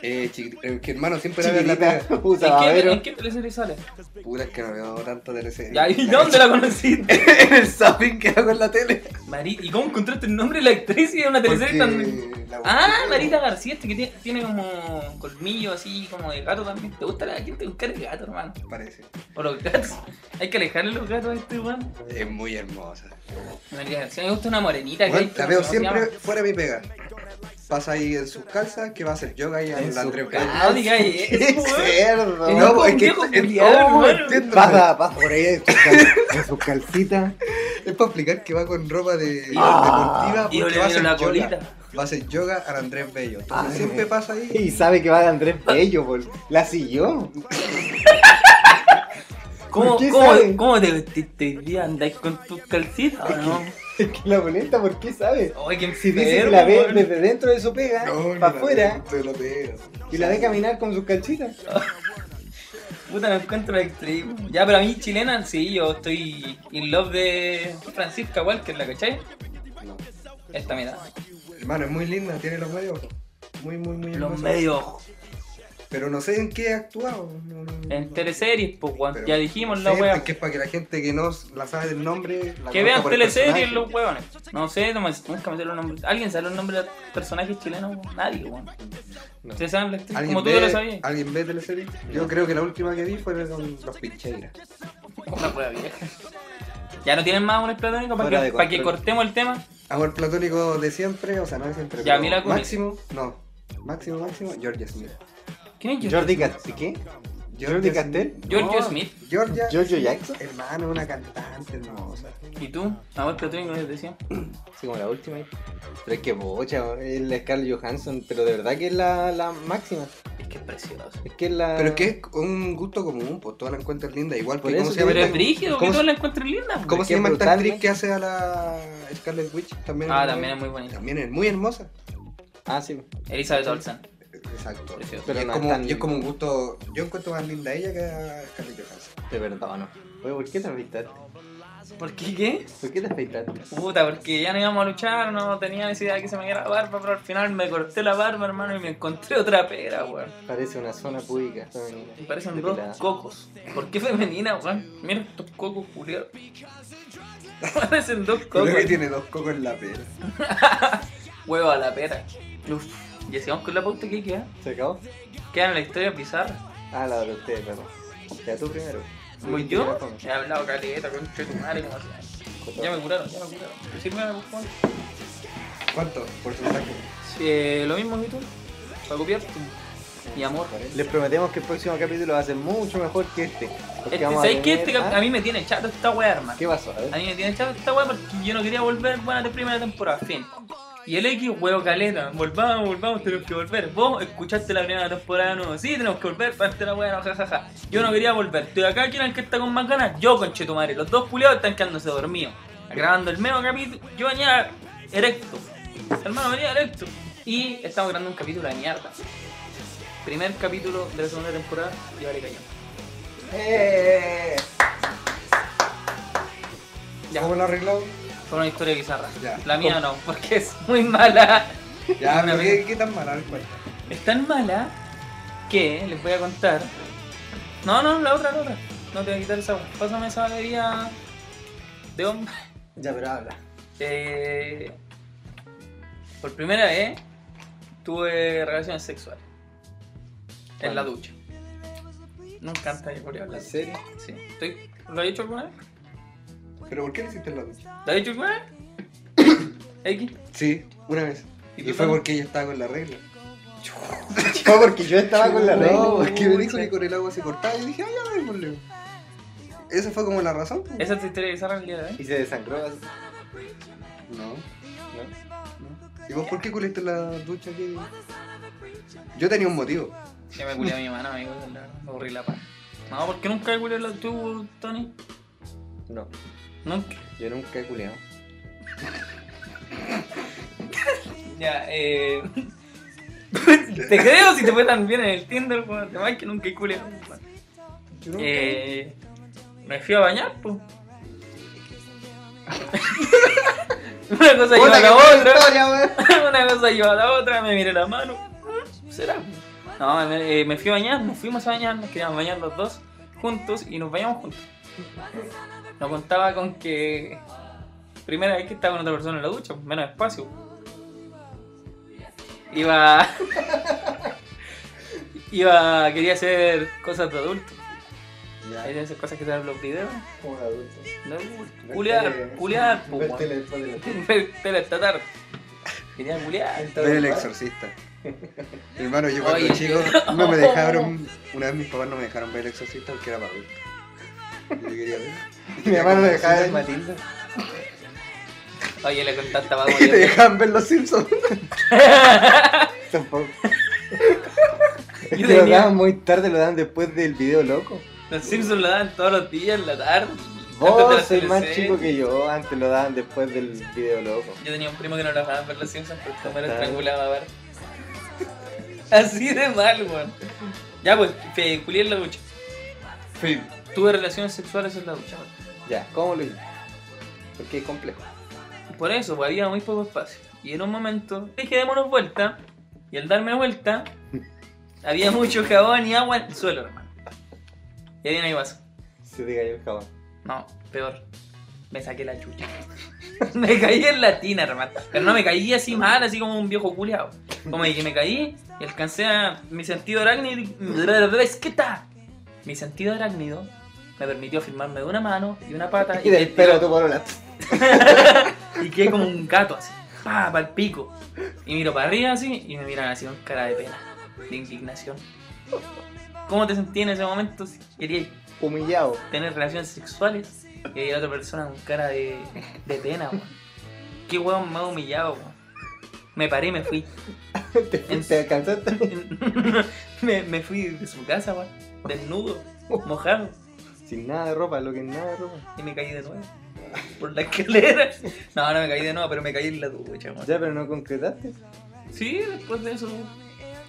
Speaker 3: Eh, chiqui- eh, que hermano siempre la ve en la
Speaker 1: Chiquitita,
Speaker 3: tele.
Speaker 1: puta,
Speaker 2: ¿En qué,
Speaker 1: babero.
Speaker 2: ¿En qué teleserie sale?
Speaker 3: Pura, es que no veo tanto tele.
Speaker 2: Ya, ¿Y dónde la conociste?
Speaker 3: En el zapping que hago en la tele.
Speaker 2: Marita, ¿y cómo encontraste el nombre de la actriz y de una teleserie tan...
Speaker 3: Porque la
Speaker 2: Ah,
Speaker 3: busqué.
Speaker 2: Marita García, este que tiene, tiene como colmillo así, como de gato también. ¿Te gusta la gente buscar el gato, hermano?
Speaker 3: Parece.
Speaker 2: O los gatos. Hay que alejarle los gatos a este weón.
Speaker 3: Es muy hermosa.
Speaker 2: Marita García, me gusta una morenita que
Speaker 3: Bueno,
Speaker 2: hay.
Speaker 3: la
Speaker 2: no
Speaker 3: veo
Speaker 2: sé cómo se
Speaker 3: siempre
Speaker 2: llama.
Speaker 3: fuera de mi pega. Pasa ahí en sus calzas, que va a hacer yoga y a
Speaker 1: En
Speaker 3: la
Speaker 1: su
Speaker 3: Andrés
Speaker 1: calza.
Speaker 2: Ah, No digas
Speaker 1: Qué
Speaker 2: eso, weón.
Speaker 1: cerdo.
Speaker 2: En
Speaker 3: No,
Speaker 2: un
Speaker 3: es que
Speaker 2: viejo
Speaker 3: es-
Speaker 2: culiao,
Speaker 3: no,
Speaker 2: hermano.
Speaker 3: entiendo.
Speaker 1: Pasa, pasa por ahí en su cal- en sus calcitas.
Speaker 3: Es para explicar que va con ropa de
Speaker 1: Ah,
Speaker 3: deportiva
Speaker 2: y
Speaker 3: porque
Speaker 2: le
Speaker 3: va a
Speaker 2: vieron
Speaker 3: hacer
Speaker 2: la
Speaker 3: yoga.
Speaker 2: colita.
Speaker 3: Va a hacer yoga al Andrés Bello. Entonces
Speaker 1: Ah,
Speaker 3: siempre
Speaker 1: eh.
Speaker 3: pasa ahí.
Speaker 1: Y sabe que va a Andrés Bello, bol. La siguió.
Speaker 2: ¿Cómo,
Speaker 1: ¿Por qué
Speaker 2: cómo,
Speaker 1: sabe?
Speaker 2: ¿Cómo te vestiste hoy día? ¿Andáis con tus calcitas o no?
Speaker 1: Es que la boleta, ¿por qué sabe?
Speaker 2: Oye, qué
Speaker 1: Si dice que
Speaker 2: enfermo,
Speaker 1: la ve
Speaker 2: weón.
Speaker 1: desde dentro de su pega,
Speaker 3: No, no la
Speaker 1: para afuera,
Speaker 3: veo, no la veo.
Speaker 1: y la ve caminar con sus calcitas.
Speaker 2: Puta, no encuentro la actriz. Ya, pero a mí chilena, sí, yo estoy in love de Francisca Walker, ¿la cachai?
Speaker 3: No.
Speaker 2: Esta mira.
Speaker 3: Hermano, es muy linda, tiene los medios. Muy, muy, muy
Speaker 2: Los
Speaker 3: hermosos.
Speaker 2: medios.
Speaker 3: Pero no sé en qué ha actuado. no, no,
Speaker 2: En
Speaker 3: no.
Speaker 2: teleseries, pues, weón.
Speaker 3: Pero-
Speaker 2: Ya dijimos
Speaker 3: Sí,
Speaker 2: la
Speaker 3: pues,
Speaker 2: wea.
Speaker 3: que es para que la gente que no la sabe del nombre. La
Speaker 2: Que
Speaker 3: conozca
Speaker 2: vean
Speaker 3: por el
Speaker 2: teleseries
Speaker 3: personaje.
Speaker 2: los huevones. No sé, no me- nunca me sé los nombres. ¿Alguien sabe los nombres de los personajes chilenos? weón? Nadie, weón.
Speaker 1: No.
Speaker 2: Ustedes saben la actriz
Speaker 3: ¿Alguien
Speaker 2: como tú
Speaker 3: ve,
Speaker 2: lo sabías.
Speaker 3: ¿Alguien ve teleseries? Yo creo que la última que vi fue con los pincheiras.
Speaker 2: Una hueá vieja. Ya no tienen más amores platónicos para
Speaker 1: Fuera
Speaker 2: que,
Speaker 1: de
Speaker 2: para que
Speaker 1: control.
Speaker 2: cortemos el tema.
Speaker 3: Amor platónico de siempre, o sea, no de siempre.
Speaker 2: Ya,
Speaker 3: pero
Speaker 2: mira con-
Speaker 3: Máximo, no. Máximo, máximo, Georgia Smith.
Speaker 2: ¿Quién es
Speaker 1: Jordi Cat- ¿qué? ¿Jordi
Speaker 3: Smith-
Speaker 1: Castel?
Speaker 2: Georgia Smith.
Speaker 3: Georgia.
Speaker 1: ¿Giorgio Jackson? Ah.
Speaker 3: Hermano, una cantante hermosa.
Speaker 2: ¿Y tú? Amor platónico, les decía.
Speaker 1: Sí, como la última. ahí. Pero es que bocha, es la Scarlett Johansson, pero de verdad que es la, la máxima.
Speaker 2: Es que es precioso.
Speaker 1: Es que es la.
Speaker 3: Pero es que es un gusto común, pues todas la encuentran linda. Igual
Speaker 1: Por
Speaker 3: que cómo
Speaker 1: eso
Speaker 3: se
Speaker 1: te
Speaker 3: llama,
Speaker 2: Pero
Speaker 1: digo,
Speaker 2: es
Speaker 3: esta-
Speaker 2: brígido, que
Speaker 3: ¿Cómo se-
Speaker 2: todos la encuentren linda. weón.
Speaker 3: ¿cómo
Speaker 1: es
Speaker 3: se
Speaker 1: que
Speaker 3: llama esta
Speaker 1: brutal,
Speaker 3: actriz
Speaker 1: ¿no?
Speaker 3: que hace a la Scarlet Witch? También
Speaker 2: Ah, también es muy bonita.
Speaker 3: También es muy hermosa.
Speaker 1: Ah, sí.
Speaker 2: Elizabeth Olsen.
Speaker 3: Exacto.
Speaker 2: Precioso.
Speaker 1: Pero
Speaker 3: y, es
Speaker 1: no es
Speaker 3: como,
Speaker 1: tan-
Speaker 3: y es como un gusto. Yo encuentro más linda a ella que a Scarlett Johansson.
Speaker 1: Te perdono. Oye, ¿por qué te afeitaste?
Speaker 2: ¿Por qué qué?
Speaker 1: ¿Por qué te afeitaste?
Speaker 2: Puta, porque ya no íbamos a luchar, no tenía necesidad de que se me diera la barba, pero al final me corté la barba, hermano, y me encontré otra pera, weón.
Speaker 1: Parece una zona pública femenina.
Speaker 2: Me parecen dos
Speaker 1: Depilada.
Speaker 2: cocos. ¿Por qué femenina, weón? Mira estos cocos, culiados. Parecen dos cocos.
Speaker 3: Creo que tiene dos cocos en la piel.
Speaker 2: Huevo a la pera. Uf. Y así vamos con la pauta que queda.
Speaker 1: ¿Se acabó?
Speaker 2: Queda en la historia pizarra.
Speaker 1: Ah, la de ustedes, perdón. Ya tú primero.
Speaker 2: Voy yo. He hablado caleta, concha de tu madre, como sea. Ya me curaron, ya me curaron. Sírveme, por favor.
Speaker 3: ¿Cuánto? Porcentaje.
Speaker 2: Eh, lo mismo que tú. Para copiarte. Mi amor.
Speaker 1: Les prometemos que el próximo capítulo va a ser mucho mejor que este. porque
Speaker 2: Este,
Speaker 1: vamos a
Speaker 2: ¿Sabes qué?
Speaker 1: tener-
Speaker 2: Este cap-
Speaker 1: ¿Ah?
Speaker 2: a mí me tiene chato esta weá, hermano.
Speaker 1: ¿Qué pasó? A ver.
Speaker 2: A mí me tiene chato esta weá porque yo no quería volver buena de primera temporada, fin. Y el X, huevo caleta, volvamos, volvamos, tenemos que volver. Vos escuchaste la primera temporada no, sí, tenemos que volver, parte la weá, no, jajaja. Yo no quería volver, estoy acá, ¿quién es el que está con más ganas? Yo, conchetumare, los dos culiados están quedándose dormidos. Grabando el mismo capítulo, yo venía erecto. Hermano, venía erecto. Y estamos grabando un capítulo de mierda. Primer capítulo de la segunda temporada, y vale callado.
Speaker 3: ¡Eh!
Speaker 2: Ya.
Speaker 3: ¿Cómo lo arregló?
Speaker 2: Fue una historia bizarra.
Speaker 3: Ya.
Speaker 2: La mía no, porque es muy mala.
Speaker 3: Ya,
Speaker 2: Una
Speaker 3: pero
Speaker 2: vez.
Speaker 3: ¿qué, qué tan mala cuenta?
Speaker 2: Es tan mala que les voy a contar. No, no, la otra, la otra. No te voy a quitar esa. weá. Pásame esa bebida de hombre.
Speaker 1: Ya, pero habla.
Speaker 2: Eh, por primera vez tuve relaciones sexuales. En la ducha. No encanta que por
Speaker 1: ¿En
Speaker 2: hablar. Sí.
Speaker 1: serio?
Speaker 2: Estoy- ¿Lo he hecho alguna vez?
Speaker 3: ¿Pero por qué lo hiciste en la ducha?
Speaker 2: ¿Lo he hecho alguna vez? X.
Speaker 3: Sí, una vez.
Speaker 2: ¿Y
Speaker 3: Y,
Speaker 2: tú
Speaker 3: fue
Speaker 2: también?
Speaker 3: porque ella estaba con la regla.
Speaker 1: No, porque yo estaba con la
Speaker 3: no,
Speaker 1: regla.
Speaker 3: porque
Speaker 2: Uh,
Speaker 3: me dijo que con el agua se cortaba y dije, ay, ya démosle. Esa fue como la razón. pues.
Speaker 2: Esa es tu historia bizarra el día de hoy.
Speaker 1: Y se desangró. así,
Speaker 3: No.
Speaker 1: ¿no?
Speaker 3: ¿Y vos por qué culiste en la ducha? ¿Qué? Yo tenía un motivo.
Speaker 2: Ya me culé a mi hermana, amigo, la verdad, me aburrí la paz. No, porque nunca he culiado la- tú, Tony.
Speaker 1: No,
Speaker 2: Nunca.
Speaker 1: yo nunca he culeado.
Speaker 2: Ya, eh. te creo si te fue tan bien en el Tinder, weón. Te vas que nunca he culiado.
Speaker 3: Yo nunca-
Speaker 2: Eh. Me fui a bañar, pues. Una cosa lleva
Speaker 1: Puta,
Speaker 2: a
Speaker 1: qué
Speaker 2: la
Speaker 1: buena
Speaker 2: otra.
Speaker 1: historia, weón.
Speaker 2: Una cosa lleva a la otra, me miré la mano. ¿Será? No, me, eh, me fui a bañar, nos fuimos a bañar, nos queríamos bañar los dos juntos y nos bañamos juntos. No contaba con que. Primera vez que estaba con otra persona en la ducha, menos espacio. Iba. Iba. Quería hacer cosas de adulto.
Speaker 1: Ya,
Speaker 2: Quería hacer cosas que se dan en los videos.
Speaker 1: como adulto.
Speaker 2: No, culear, culear, po,
Speaker 1: Ver tele después
Speaker 2: weón.
Speaker 1: de la tele.
Speaker 2: Ver tele esta tarde. Quería culear.
Speaker 3: Ver el exorcista. Hermano, yo cuando
Speaker 2: Oye.
Speaker 3: chico no me dejaron. Una vez mis papás no me dejaron ver el exorcista porque era para adultos. Yo quería ver.
Speaker 1: Mi hermano me dejaba ver Matilda.
Speaker 2: Oye, le contaste a
Speaker 3: Y te dejaban ver los Simpsons.
Speaker 1: Tampoco. Es
Speaker 2: Yo
Speaker 1: que lo
Speaker 2: tenía-
Speaker 1: daban muy tarde, lo daban después del video loco.
Speaker 2: Los Simpsons lo dan todos los días en la tarde. Antes de
Speaker 1: Vos
Speaker 2: las
Speaker 1: Oh, soy más
Speaker 2: teleseries.
Speaker 1: chico que yo, antes lo daban después del video loco.
Speaker 2: Yo tenía un primo que no lo dejaban ver los Simpsons porque me lo estrangulaba a ver. Así de mal, weón. Ya, pues, fe- culié en la ducha.
Speaker 3: Fin.
Speaker 2: Tuve relaciones sexuales en la ducha. weón.
Speaker 1: Ya, ¿cómo lo hice? Porque es complejo.
Speaker 2: Por eso, pues, había muy poco espacio. Y en un momento dije, démonos vuelta. Y al darme vuelta, Había mucho jabón y agua en el suelo, hermano. Y ahí no pasó.
Speaker 1: Se te cayó el jabón.
Speaker 2: No, peor. Me saqué la chucha. me caí en la tina, hermano. Pero no me caí así mal, así como un viejo culiao. Como de que me caí y alcancé a mi sentido arácnido. ¿Ves qué está? Mi sentido arácnido me permitió firmarme de una mano Ah, y una pata.
Speaker 1: Y del pelo de tu polola.
Speaker 2: y quedé como un gato así, pa, pa'l pico. Y miro para arriba así y me miran así con cara de pena, de indignación. ¿Cómo te sentías en ese momento si querías
Speaker 1: Humillado.
Speaker 2: tener relaciones sexuales y hay otra persona con cara de, de pena, weón? Qué weón más humillado, weón. Me paré y me fui.
Speaker 1: ¿Te, te alcanzaste?
Speaker 2: me, me fui de su casa, weón. Desnudo, mojado.
Speaker 1: Sin nada de ropa, lo que es nada de ropa.
Speaker 2: Y me caí de nuevo. Por la escalera. No, no me caí de nuevo, pero me caí en la ducha, weón.
Speaker 1: Ya, pero no concretaste.
Speaker 2: Sí, después de eso.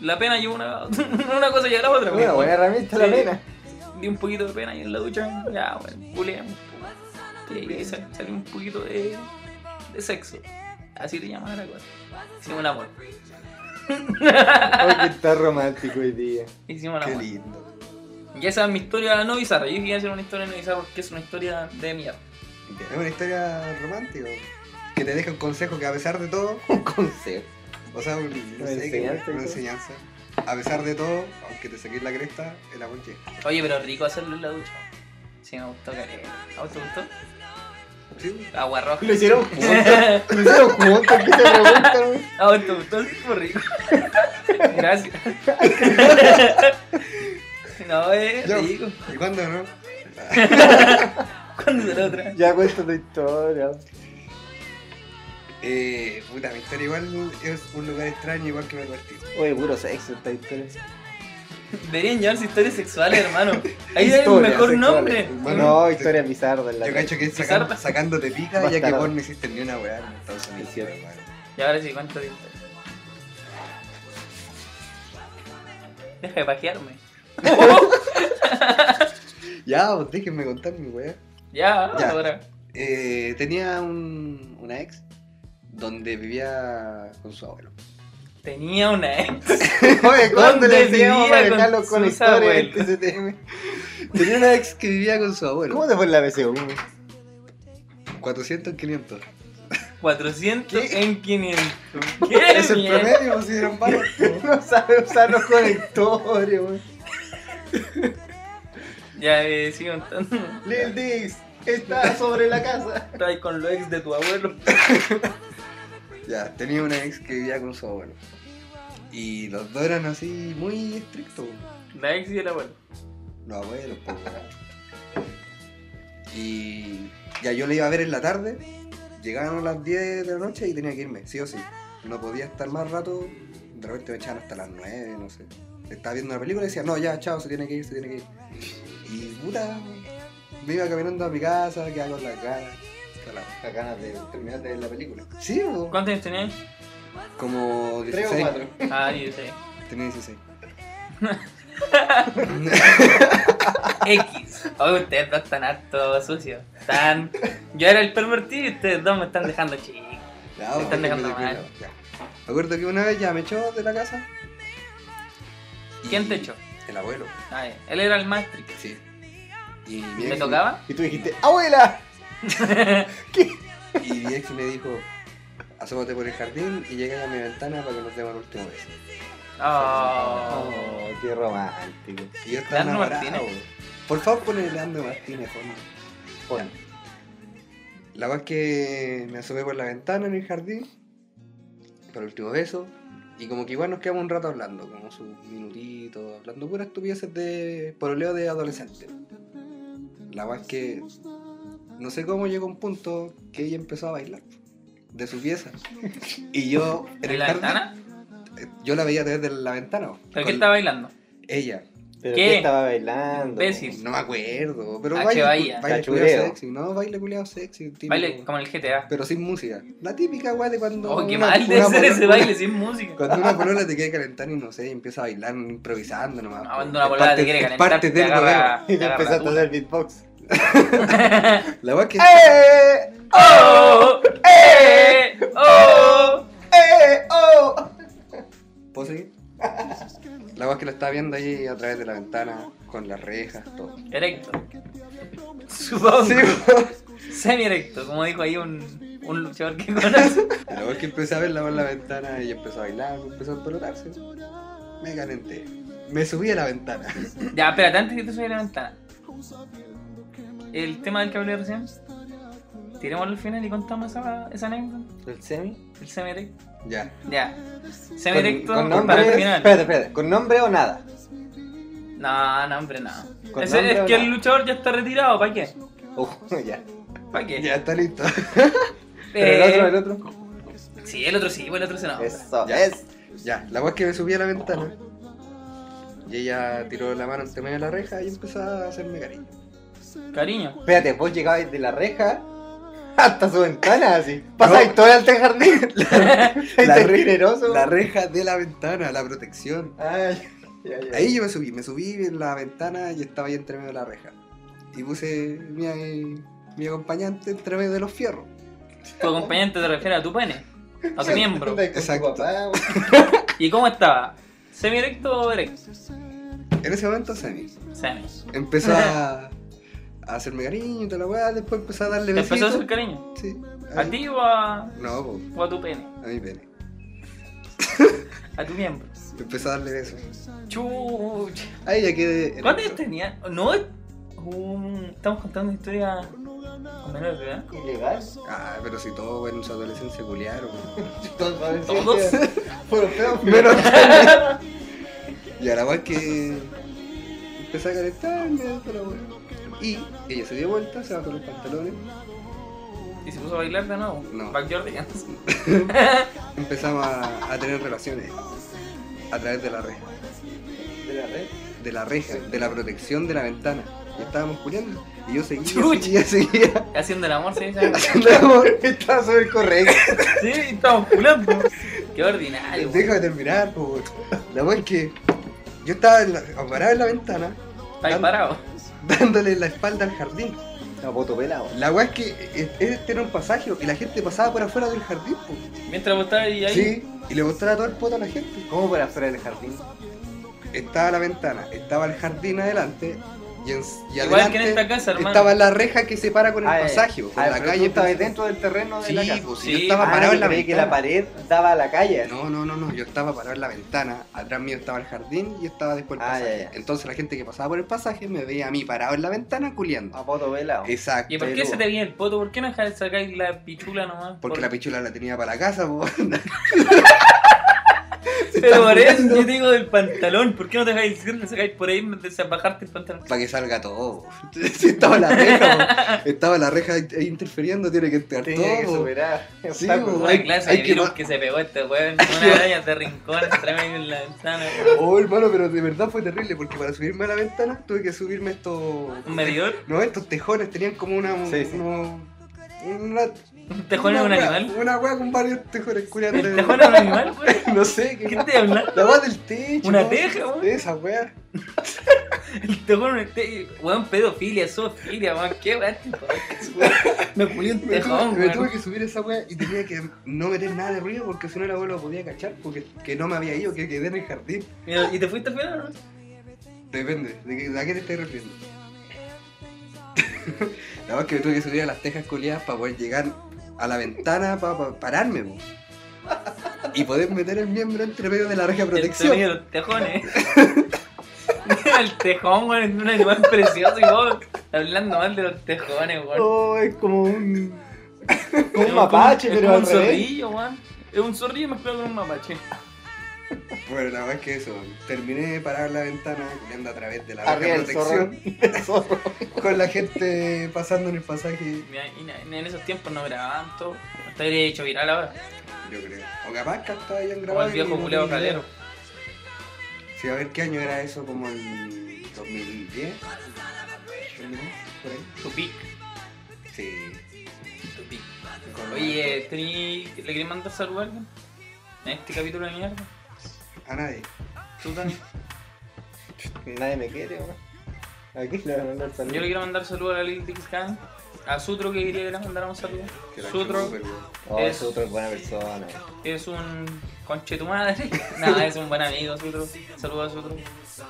Speaker 2: La pena llevó una, una cosa y a la otra.
Speaker 1: Una
Speaker 2: pues,
Speaker 1: buena herramienta la
Speaker 2: Sí.
Speaker 1: pena.
Speaker 2: Di un poquito de pena ahí en la ducha. Ya, bueno, puleamos. Sí, sal- salió un poquito de, de sexo. Así te llamas la cosa. Hicimos el amor.
Speaker 1: Oye, que está romántico hoy día.
Speaker 2: Hicimos el
Speaker 3: Qué
Speaker 2: amor.
Speaker 3: lindo.
Speaker 2: Y esa es mi historia no bizarra. Yo quería hacer una historia no bizarra porque es una historia de mierda.
Speaker 3: Es una historia romántica. Que te deja un consejo que a pesar de todo,
Speaker 1: Un consejo.
Speaker 3: o sea, un- no
Speaker 1: Una
Speaker 3: sé, que-
Speaker 1: enseñanza y
Speaker 3: una
Speaker 1: todo.
Speaker 3: enseñanza. A pesar de todo, aunque te saques la cresta, el amor llega.
Speaker 2: Oye, pero rico hacerlo en la ducha. Sí, me gustó, careta. ¿A vos te gustó?
Speaker 3: Sí,
Speaker 2: Agua roja.
Speaker 1: Lo hicieron juntos. Lo hicieron juntos. ¿Qué te preguntan? güey?
Speaker 2: ¿A vos te gustó? Sí, fue rico. Gracias. No, es
Speaker 3: Yo.
Speaker 2: rico.
Speaker 3: ¿Y cuándo no?
Speaker 2: ¿Cuándo será otra?
Speaker 1: Ya cuento tu historia.
Speaker 3: Eh, puta, mi historia igual es un lugar extraño, igual que me divertí.
Speaker 1: Oye, puro sexo esta historia.
Speaker 2: Deberían llamarse historias sexuales, hermano. Ahí hay un
Speaker 1: Historias
Speaker 2: mejor
Speaker 1: sexuales,
Speaker 2: nombre.
Speaker 3: hermano.
Speaker 1: No, historia bizarra en la
Speaker 3: Yo
Speaker 1: calle.
Speaker 3: cacho que es
Speaker 2: Pizarra.
Speaker 3: sacan- sacándote pica, ya que
Speaker 1: Bastardo.
Speaker 3: vos no hiciste ni una weá en Estados Unidos.
Speaker 1: Es cierto.
Speaker 3: weón.
Speaker 2: Y ahora sí, cuánto tiempo. Deja de pajearme.
Speaker 3: Ya, vos déjenme contar mi weá.
Speaker 2: Ya,
Speaker 3: Ya.
Speaker 2: ahora.
Speaker 3: Eh, tenía un, una ex donde vivía con su abuelo.
Speaker 2: Tenía una ex.
Speaker 1: Oye, ¿cuándo
Speaker 2: ¿Dónde
Speaker 1: le enseñamos a
Speaker 2: vivía
Speaker 1: manejarlo
Speaker 2: con
Speaker 1: con,
Speaker 2: sus
Speaker 1: historia en
Speaker 2: abuelos?
Speaker 1: este CTM?
Speaker 3: Tenía una ex que vivía con su abuelo.
Speaker 1: ¿Cómo te fue en la BCU? güey?
Speaker 3: 400 en 500.
Speaker 2: 400
Speaker 3: ¿Qué?
Speaker 2: en 500. ¿Qué
Speaker 3: Es el
Speaker 2: mierda?
Speaker 3: promedio, pues, si eran varios.
Speaker 1: No sabe usar los conectores, güey.
Speaker 2: Ya, eh, sigo contando.
Speaker 1: Lil Dix está sobre la casa.
Speaker 2: Estaba ahí con lo ex de tu abuelo.
Speaker 3: Ya, tenía una ex que vivía con su abuelo. Y los dos eran así muy estrictos.
Speaker 2: La ex y el abuelo.
Speaker 3: Los abuelos, po, weón. Y ya yo le iba a ver en la tarde. Llegaban a las 10 de la noche y tenía que irme, sí o sí. No podía estar más rato. De repente me echaban hasta las 9, no sé. Estaba viendo una película y decía, no, ya, chao, se tiene que ir, se tiene que ir. Y puta, me iba caminando a mi casa, quedaba con las ganas. con las- Las ganas de terminar de ver la película. Sí, po.
Speaker 2: ¿Cuántos años tenías?
Speaker 3: como 16.
Speaker 1: Tres o cuatro.
Speaker 2: Ah, 16.
Speaker 3: Tenía 16.
Speaker 2: X. Hoy ustedes dos están harto sucios. Están. Yo era el pervertido y ustedes dos me están dejando chicos.
Speaker 3: Ya,
Speaker 2: Me están
Speaker 3: déjame
Speaker 2: dejando
Speaker 3: tranquilo,
Speaker 2: mal.
Speaker 3: ya. Me acuerdo que una vez ya me echó de la casa. Y-
Speaker 2: ¿Quién te echó?
Speaker 3: El abuelo,
Speaker 2: Ah, ya. él era el maestro.
Speaker 3: sí. Y mi
Speaker 2: ¿Me
Speaker 3: ex-
Speaker 2: tocaba?
Speaker 1: Y tú dijiste, ¡abuela!
Speaker 3: Y mi ex me dijo, asómate por el jardín y llega a mi ventana para que nos demos el último beso.
Speaker 2: Oh.
Speaker 1: Oh, qué romántico.
Speaker 3: Y yo estaba
Speaker 2: Leandro
Speaker 3: enamorado.
Speaker 2: Martínez.
Speaker 3: weón. Por favor, ponle Leandro Martínez, fondo.
Speaker 1: Bueno,
Speaker 3: La verdad es que me asomé por la ventana en el jardín para el último beso. Y como que igual nos quedamos un rato hablando, como sus minutitos, hablando puras estupideces de poroleo de adolescente. La verdad es que no sé cómo llegó un punto que ella empezó a bailar de su pieza. Y yo en
Speaker 2: ¿En
Speaker 3: el
Speaker 2: la
Speaker 3: jardín,
Speaker 2: ventana?
Speaker 3: eh, yo la veía desde la ventana. weón.
Speaker 2: ¿Pero
Speaker 3: Con
Speaker 2: qué está bailando?
Speaker 3: Ella.
Speaker 1: pero
Speaker 2: ¿Qué?
Speaker 1: ¿qué estaba bailando?
Speaker 2: Imbécil.
Speaker 3: No me acuerdo, pero
Speaker 2: Ah, que
Speaker 3: baile,
Speaker 2: vaya.
Speaker 3: baile
Speaker 1: Cachureo.
Speaker 3: culiao sexy, no, baile culiao sexy, típico.
Speaker 2: Baile como el GTA.
Speaker 3: pero sin música. La típica weá de cuando.
Speaker 2: Oh, qué
Speaker 3: una-
Speaker 2: mal de
Speaker 3: una
Speaker 2: ser
Speaker 3: polola-
Speaker 2: ese baile sin música.
Speaker 3: Cuando una polola te quiere calentar y no sé, y empieza a bailar improvisando nomás.
Speaker 2: No, Ah, cuando
Speaker 3: Es
Speaker 2: una polola
Speaker 3: parte-
Speaker 2: te quiere
Speaker 3: es
Speaker 2: calentar,
Speaker 3: parte
Speaker 2: te
Speaker 3: del rodeo.
Speaker 2: agarra,
Speaker 1: Y
Speaker 2: te
Speaker 1: tú
Speaker 2: agarra
Speaker 1: empezaste
Speaker 2: la
Speaker 1: a
Speaker 2: puta.
Speaker 1: hacer beatbox.
Speaker 3: La weá que.
Speaker 1: ¡Eh!
Speaker 2: ¡Oh! ¡Eh! ¡Oh!
Speaker 1: ¡Eh! ¡Oh!
Speaker 3: ¿Puedo seguir? La weá que lo estaba viendo ahí a través de la ventana, con las rejas, todo.
Speaker 2: Erecto. Supongo.
Speaker 3: Sí, weón.
Speaker 2: Semi-erecto, como dijo ahí un, un luchador que conoce.
Speaker 3: Y la weá que empecé a verla por la ventana y empezó a bailar, empezó a pelotarse. Me calenté. Me subí a la ventana.
Speaker 2: ya, espérate, antes que te suba la ventana. El tema del que hablé recién. Tiremos al final y contamos esa, esa anécdota.
Speaker 1: ¿El semi?
Speaker 2: El semi-erecto.
Speaker 3: Ya.
Speaker 2: Ya. Semi-erecto
Speaker 1: con
Speaker 2: para el
Speaker 1: nombre.
Speaker 2: final.
Speaker 1: Espérate, espérate. ¿Con nombre o nada?
Speaker 2: No, no, hombre, no.
Speaker 1: Con
Speaker 2: Ese-
Speaker 1: nombre
Speaker 2: es
Speaker 1: o
Speaker 2: que
Speaker 1: no.
Speaker 2: el luchador ya está retirado, ¿para qué?
Speaker 1: Uh, ya.
Speaker 2: ¿Para qué?
Speaker 3: Ya está listo.
Speaker 1: Pero el otro,
Speaker 2: Eh,
Speaker 1: el otro.
Speaker 2: Sí, el otro sí, pues el otro se no.
Speaker 1: Eso,
Speaker 3: Eh, Ya.
Speaker 1: es.
Speaker 3: Ya, la weá es que me subí a la ventana y ella tiró la mano entre medio de la reja y empezó a hacerme cariño.
Speaker 2: Cariño.
Speaker 1: Espérate, vos llegabais de la reja hasta su ventana, así. Pasáis todo el alto del jardín. Ahí
Speaker 3: la
Speaker 1: te
Speaker 3: re-
Speaker 1: rineroso.
Speaker 3: La reja de la ventana, la protección.
Speaker 1: Ay, ya, ya.
Speaker 3: Ahí yo me subí, me subí en la ventana y estaba ahí entre medio de la reja. Y puse mi, mi acompañante entre medio de los fierros.
Speaker 2: Tu acompañante te refiere a tu pene, a tu miembro.
Speaker 1: Andáis con tu
Speaker 3: Exacto.
Speaker 1: papá, güey.
Speaker 2: ¿Y cómo estaba? ¿Semi-erecto o erecto?
Speaker 3: En ese momento Semi
Speaker 2: Semi.
Speaker 3: empezó a, a hacerme cariño y toda la weá, después empezó a darle
Speaker 2: ¿Te empezó a hacer
Speaker 3: besitos.
Speaker 2: cariño?
Speaker 3: Sí,
Speaker 2: ¿A
Speaker 3: ahí.
Speaker 2: ti o a,
Speaker 3: No, po,
Speaker 2: o a tu pene?
Speaker 3: a mi pene.
Speaker 2: A tu miembro.
Speaker 3: Empezó a darle besos.
Speaker 2: Chucha.
Speaker 3: Ahí ya quedé.
Speaker 2: ¿Cuántos años tenía? No, um, estamos contando una historia con menores de edad.
Speaker 1: Ilegal.
Speaker 3: Ah, pero si todos en su adolescencia culiaron.
Speaker 1: Todos parecían
Speaker 2: ¿Todos?
Speaker 1: que Fueron feos.
Speaker 3: Menos Y a la vez que empecé a calentarme, pero bueno. Y ella se dio vuelta, se bajó los pantalones,
Speaker 2: Y se puso a bailar de nuevo.
Speaker 3: No.
Speaker 2: Backyard de
Speaker 3: empezamos a, a tener relaciones a través de la reja,
Speaker 1: De la red.
Speaker 3: de la reja, de la protección de la ventana. Y estábamos culiando. Y yo seguía,
Speaker 2: Chucha.
Speaker 3: seguía, seguía
Speaker 2: Haciendo el amor, sí, sí.
Speaker 3: haciendo el amor.
Speaker 1: Estaba súper correcto.
Speaker 2: Sí, estamos culando. Qué ordinario. güey.
Speaker 3: Déjame terminar, por favor. La wea es que yo estaba en la- parado en la ventana,
Speaker 2: Está ahí parado.
Speaker 3: dándole la espalda al jardín.
Speaker 1: No, voto pelado.
Speaker 3: La weá es que eh, este era un pasaje y la gente pasaba por afuera del jardín, po.
Speaker 2: Mientras vos estabas ahí.
Speaker 3: Sí, y le mostraba todo el poto a la gente.
Speaker 1: ¿Cómo para afuera del jardín?
Speaker 3: Estaba la ventana, estaba el jardín adelante y, en- y
Speaker 2: Igual
Speaker 3: adelante
Speaker 2: que en esta casa, hermano.
Speaker 3: estaba la reja que separa con el
Speaker 1: Ah, eh.
Speaker 3: pasaje, po, con
Speaker 1: Ah,
Speaker 3: la
Speaker 1: pero
Speaker 3: calle.
Speaker 1: tú estabas
Speaker 3: pues.
Speaker 1: dentro del terreno de
Speaker 3: Sí,
Speaker 1: la casa.
Speaker 3: pues,
Speaker 2: Sí,
Speaker 3: yo estaba
Speaker 1: Ah,
Speaker 3: parado en
Speaker 1: yo
Speaker 3: la
Speaker 1: creí que
Speaker 3: ventana.
Speaker 1: la pared daba a la calle.
Speaker 3: No, no, no, no, yo estaba parado en la ventana, atrás mío estaba el jardín y estaba después el
Speaker 1: Ah,
Speaker 3: pasaje.
Speaker 1: ya, ya.
Speaker 3: Entonces la gente que pasaba por el pasaje me veía a mí parado en la ventana culiando.
Speaker 1: A Ah, voto pelado.
Speaker 3: Exacto.
Speaker 2: ¿Y por qué
Speaker 3: Pero-
Speaker 2: se te viene el poto? ¿Por qué no dejas de sacar la pichula nomás?
Speaker 3: Porque la pichula la tenía para la casa, po.
Speaker 2: Pero por eso yo te digo del pantalón. ¿Por qué no te dejáis de sacar por ahí en vez de bajarte el pantalón?
Speaker 3: Para que salga todo. po. Si estaba la reja, po. estaba la reja ahí interfiriendo, tiene que entrar
Speaker 1: Tenía que
Speaker 3: todo. po.
Speaker 1: superar.
Speaker 3: Sí,
Speaker 1: obstáculos.
Speaker 3: bo.
Speaker 2: Una
Speaker 3: hay-
Speaker 2: clase
Speaker 3: hay
Speaker 2: de
Speaker 3: que
Speaker 2: virus
Speaker 3: ma-
Speaker 2: que se pegó este weón. Una araña de rincón entre medio en la ventana. weón.
Speaker 3: Oh, hermano, pero de verdad fue terrible porque para subirme a la ventana tuve que subirme estos.
Speaker 2: ¿Un medidor?
Speaker 3: No, estos tejones tenían como una.
Speaker 1: Sí, sí.
Speaker 3: uno- una-
Speaker 2: ¿Un tejón es un
Speaker 3: una wea-
Speaker 2: animal?
Speaker 3: Una wea con varios tejones culiando.
Speaker 2: ¿El tejón es un animal, weón?
Speaker 3: No sé,
Speaker 2: ¿Qué
Speaker 3: qué.
Speaker 2: te habla?
Speaker 3: La wea del techo.
Speaker 2: Una
Speaker 3: ¿no?
Speaker 2: teja, weón.
Speaker 3: De esa wea.
Speaker 2: El tejón es un te- weón, pedofilia, zoofilia, weón. ¿Qué weón? este podcast, weón? Me pulí un
Speaker 3: Me,
Speaker 2: tejón,
Speaker 3: tuve, me tuve
Speaker 2: weón.
Speaker 3: que subir esa wea y tenía que no meter nada de ruido porque si no el abuelo podía cachar porque que no me había ido, que quedé en el jardín.
Speaker 2: ¿Y te fuiste al final o no?
Speaker 3: Depende, ¿de, qué- de a qué te estás refiriendo? la verdad es que me tuve que subir a las tejas coleadas para poder llegar a la ventana para pararme, po. Y poder meter el miembro entre medio de la reja de
Speaker 2: El
Speaker 3: protección.
Speaker 2: sonido de los tejones. el tejón, weón, es un animal precioso y vos hablando mal de los tejones, weón.
Speaker 1: Oh, es como un.
Speaker 2: Es
Speaker 1: como un mapache,
Speaker 2: es
Speaker 1: pero
Speaker 2: como
Speaker 1: al
Speaker 2: un
Speaker 1: revés.
Speaker 2: zorrillo, weón. Es un zorrillo mezclado con un mapache.
Speaker 3: Bueno, la verdad es que eso, terminé de parar la ventana coleando a través de la reja
Speaker 1: Arriba
Speaker 3: de
Speaker 1: del zorro.
Speaker 3: protección
Speaker 1: del zorro.
Speaker 3: con la gente pasando en el pasaje,
Speaker 2: Mira, y na- En esos tiempos no grababan todo. Hasta habría hecho viral ahora.
Speaker 3: yo creo. O capaz que hasta hayan grabado.
Speaker 2: Como el
Speaker 3: y
Speaker 2: viejo
Speaker 3: no
Speaker 2: culeo
Speaker 3: tenía idea.
Speaker 2: jalero.
Speaker 3: Sí, a ver qué año era eso, como el 2010. Por ahí.
Speaker 2: Tu pic,
Speaker 3: Sí.
Speaker 2: tu pic. Oye, tení... ¿le querés mandar saludos a alguien? En este capítulo de mierda.
Speaker 3: A nadie.
Speaker 2: Tú, Dani.
Speaker 1: Nadie me quiere, weón. Aquí le voy a mandar
Speaker 2: Yo le
Speaker 1: saludos.
Speaker 2: quiero mandar saludos a la Lil Dix Khan. a Sutro que quería que le mandara un saludo.
Speaker 3: Que la
Speaker 2: Sutro
Speaker 3: chupen, weón.
Speaker 1: Oh,
Speaker 2: Es-
Speaker 1: es otra buena persona.
Speaker 2: es un conche tu madre. Nada, es un buen amigo Sutro. Saludos a Sutro.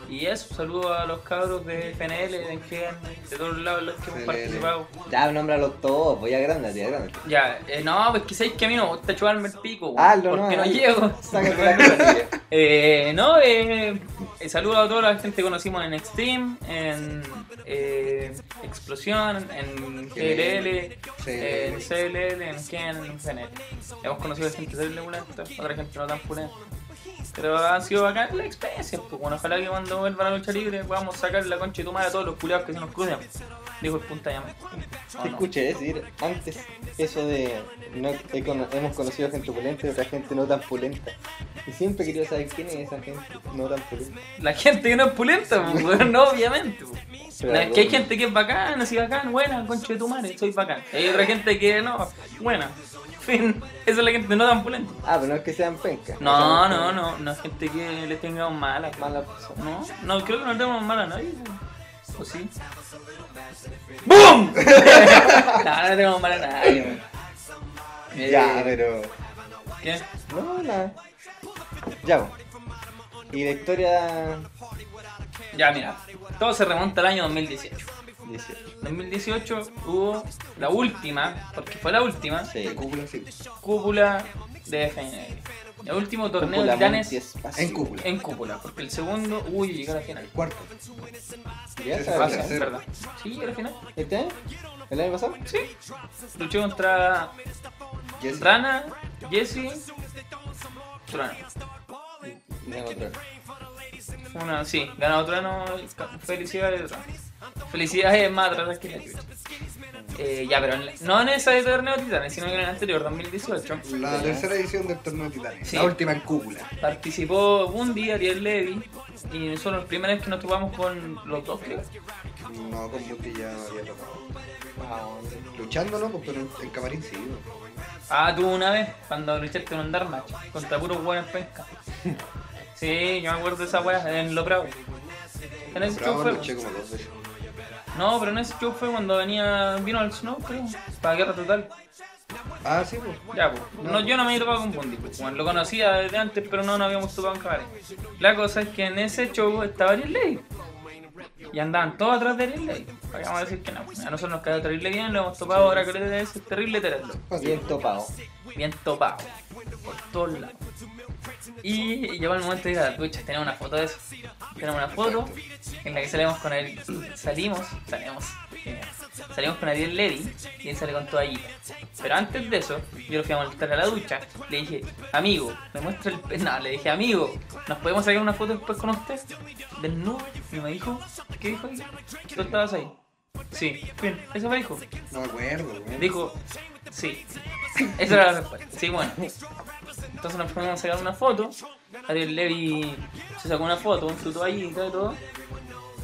Speaker 2: Y eso, saludo a los cabros de FNL, de Gen, de todos lados en los que hemos
Speaker 3: FNL.
Speaker 2: participado.
Speaker 1: Ya, nómbralos todos, voy a grandes, ya grandes.
Speaker 2: Ya, eh, no, pues que sabéis que a mí no me gusta chuparme el pico, weón,
Speaker 1: Hazlo,
Speaker 2: porque no,
Speaker 1: no,
Speaker 2: llego.
Speaker 1: Sácate la cara.
Speaker 2: Eh, no, eh, eh, saludo a toda la gente que conocimos en Extreme, en eh, Explosión, en GLL,
Speaker 3: Sí.
Speaker 2: en CLL, en Ken, en FNL. Hemos conocido gente pulenta, otra gente no tan pulenta. Pero ha sido bacán la experiencia, pues bueno, ojalá que cuando vuelva la lucha libre podamos sacar la concha y tomar a todos los culiados que se nos cruzan. Dijo el punta llama.
Speaker 1: Te escuché decir antes eso de no, he cono- hemos conocido gente pulenta y otra gente no tan pulenta. Y siempre quería saber quién es esa gente no tan pulenta.
Speaker 2: La gente que no es pulenta, pues, weón, no, obviamente. pues.
Speaker 1: Pero
Speaker 2: No, es que hay
Speaker 1: algo-
Speaker 2: gente que es bacana, así bacán, buena, concha de tu madre, soy bacán. Hay otra gente que no, buena. Fin, esa es la gente no tan pulenta.
Speaker 1: Ah, pero no es que sean pencas.
Speaker 2: No, no, no, no es gente que le tengamos mala.
Speaker 1: Mala persona.
Speaker 2: No, no, creo que no le tengamos mala a nadie. ¿O sí?
Speaker 1: ¡BOOM!
Speaker 2: No, no le tengamos mala a nadie. weón. Eh,
Speaker 1: Ya, pero.
Speaker 2: ¿Qué?
Speaker 1: No, nada. Ya, bueno. Y la historia
Speaker 2: Ya, mira, todo se remonta al año 2018.
Speaker 1: 18.
Speaker 2: 2018 hubo la última, porque fue la última,
Speaker 1: Sí.
Speaker 3: En este cúpula, sí.
Speaker 2: cúpula de FNL. El último torneo de
Speaker 1: Cúpula
Speaker 2: titanes
Speaker 1: multiespacio.
Speaker 3: En cúpula.
Speaker 2: en cúpula, porque el segundo, uy, llegó a la final.
Speaker 3: El cuarto.
Speaker 1: Ya sabes,
Speaker 3: Ese fue
Speaker 2: Pasa,
Speaker 1: ¿eh?
Speaker 3: tercero.
Speaker 2: ¿verdad? Sí, llegó a la final.
Speaker 1: ¿Este año? ¿El año pasado?
Speaker 2: Sí. Luché contra
Speaker 3: Jesse.
Speaker 2: Rana, Jesse, Trueno.
Speaker 1: No, otro.
Speaker 2: Una, sí, ganado Trueno, felicidades Trueno. Felicidades más atrás que la chucha. Eh, ya, pero en la- no en esa de torneo Titanes, sino que en el anterior, 2018.
Speaker 3: La tercera edición del torneo Titanes.
Speaker 2: Sí.
Speaker 3: La última en cúpula.
Speaker 2: Participó Bundy, Ariel Levy, y nosotros los primeros que nos topamos con los dos, creo.
Speaker 3: No, con Buti ya había tocado.
Speaker 1: Ah, hombre.
Speaker 3: Luchando, ¿no? Pues, Pero en, en camarín sí. ¿no?
Speaker 2: Ah, tú una vez, cuando luchaste con andar match, contra puros buenos pesca. Sí, yo me acuerdo de esa weá, en Lo Bravo. En ese show
Speaker 3: Bravo,
Speaker 2: fue.
Speaker 3: luché como dos veces.
Speaker 2: No, pero en ese show fue cuando venía. vino al Snow, creo. Para guerra total.
Speaker 3: Ah, sí, pues.
Speaker 2: Ya, pues. No, yo no me había topado con Bundy, pues. Bueno, lo conocía desde antes, pero no nos habíamos topado en cabaret. La cosa es que en ese show estaba Ariel Levy. Y andaban todos atrás de Ariel Levy. Para que vamos a decir que no. A nosotros nos quedó terrible bien, lo hemos topado ahora que le ese terrible terreno.
Speaker 1: Bien topado.
Speaker 2: bien topado por todos lados. Y llegó el momento de ir a la ducha, tenemos una foto de eso. Tenemos una foto en la que salimos con el. Salimos, salimos. eh, Salimos con Ariel Levy y él sale con toallita. Pero antes de eso, yo lo fui a molestar a la ducha. Le dije, amigo, me muestra el pene. No, le dije, amigo, ¿nos podemos sacar una foto después con usted? Desnudo. Y me dijo, ¿qué dijo ahí? ¿Tú estabas ahí? Sí, bien, eso me dijo.
Speaker 3: No me acuerdo, weón.
Speaker 2: Dijo, sí. Esa era la respuesta. Sí, bueno. Entonces nos fuimos a sacar una foto. Ariel Levy se sacó una foto con su toallita y todo.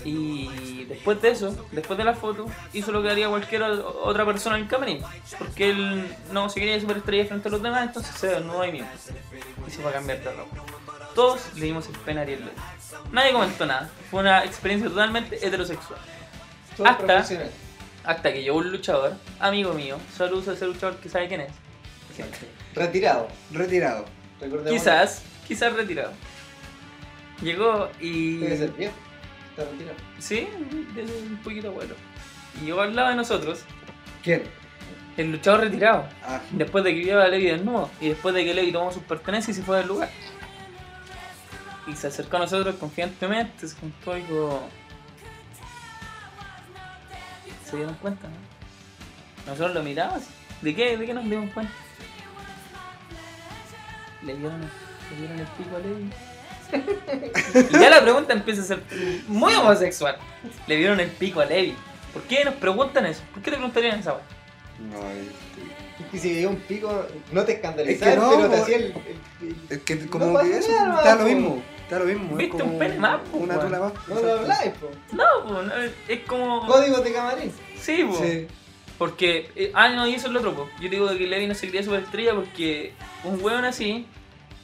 Speaker 2: Y después de eso, después de la foto, hizo lo que haría cualquier o- otra persona en el camerino. Porque él no se quería de superestrella frente a los demás, entonces se desnudó ahí mismo. Y se fue a cambiar de ropa. Todos le dimos el pena a Ariel Levy. Nadie comentó nada. Fue una experiencia totalmente heterosexual.
Speaker 1: Todo
Speaker 2: Hasta-
Speaker 1: profesional.
Speaker 2: Hasta que llegó un luchador, amigo mío, saludos a ese luchador que sabe quién es.
Speaker 1: Retirado.
Speaker 3: Retirado.
Speaker 1: Recordemos.
Speaker 2: Quizás, quizás retirado. Llegó
Speaker 1: Debe ser
Speaker 2: y.
Speaker 1: bien. Está retirado.
Speaker 2: Sí, es un poquito bueno. Y llegó al lado de nosotros,
Speaker 3: ¿Quién?
Speaker 2: el luchador retirado.
Speaker 3: Ah,
Speaker 2: Después de que vio a Levi desnudo y después de que Levi tomó sus pertenencias y se fue del lugar. Y se acercó a nosotros confiantemente, se juntó y dijo. Se dieron cuenta, ¿no? Nosotros lo miramos. ¿De qué? ¿De qué nos dimos cuenta? Le dieron, le dieron el pico a Levi. y ya la pregunta empieza a ser muy homosexual. Le dieron el pico a Levi. ¿Por qué nos preguntan eso? ¿Por qué te preguntarían esa weá?
Speaker 3: no, este...
Speaker 1: Es que si veía un pico, no te escandalizás,
Speaker 3: Es que no,
Speaker 1: pero te
Speaker 3: po.
Speaker 1: hacía el. el- el-
Speaker 3: Es que
Speaker 1: No
Speaker 3: como
Speaker 1: pasa
Speaker 3: que eso
Speaker 1: nada,
Speaker 3: está lo
Speaker 1: po.
Speaker 3: mismo. Está lo mismo. es
Speaker 2: Viste, un
Speaker 3: como
Speaker 2: pene más, pues, po,
Speaker 3: Una
Speaker 2: weón.
Speaker 3: tula más.
Speaker 1: no lo habláis, po.
Speaker 2: No, po, no, es como.
Speaker 1: Códigos de camarín.
Speaker 2: Sí, po.
Speaker 3: Sí.
Speaker 2: porque. eh, ah, no, y eso es lo otro, po. Yo digo que Levi no se cría superestrella porque un weón así,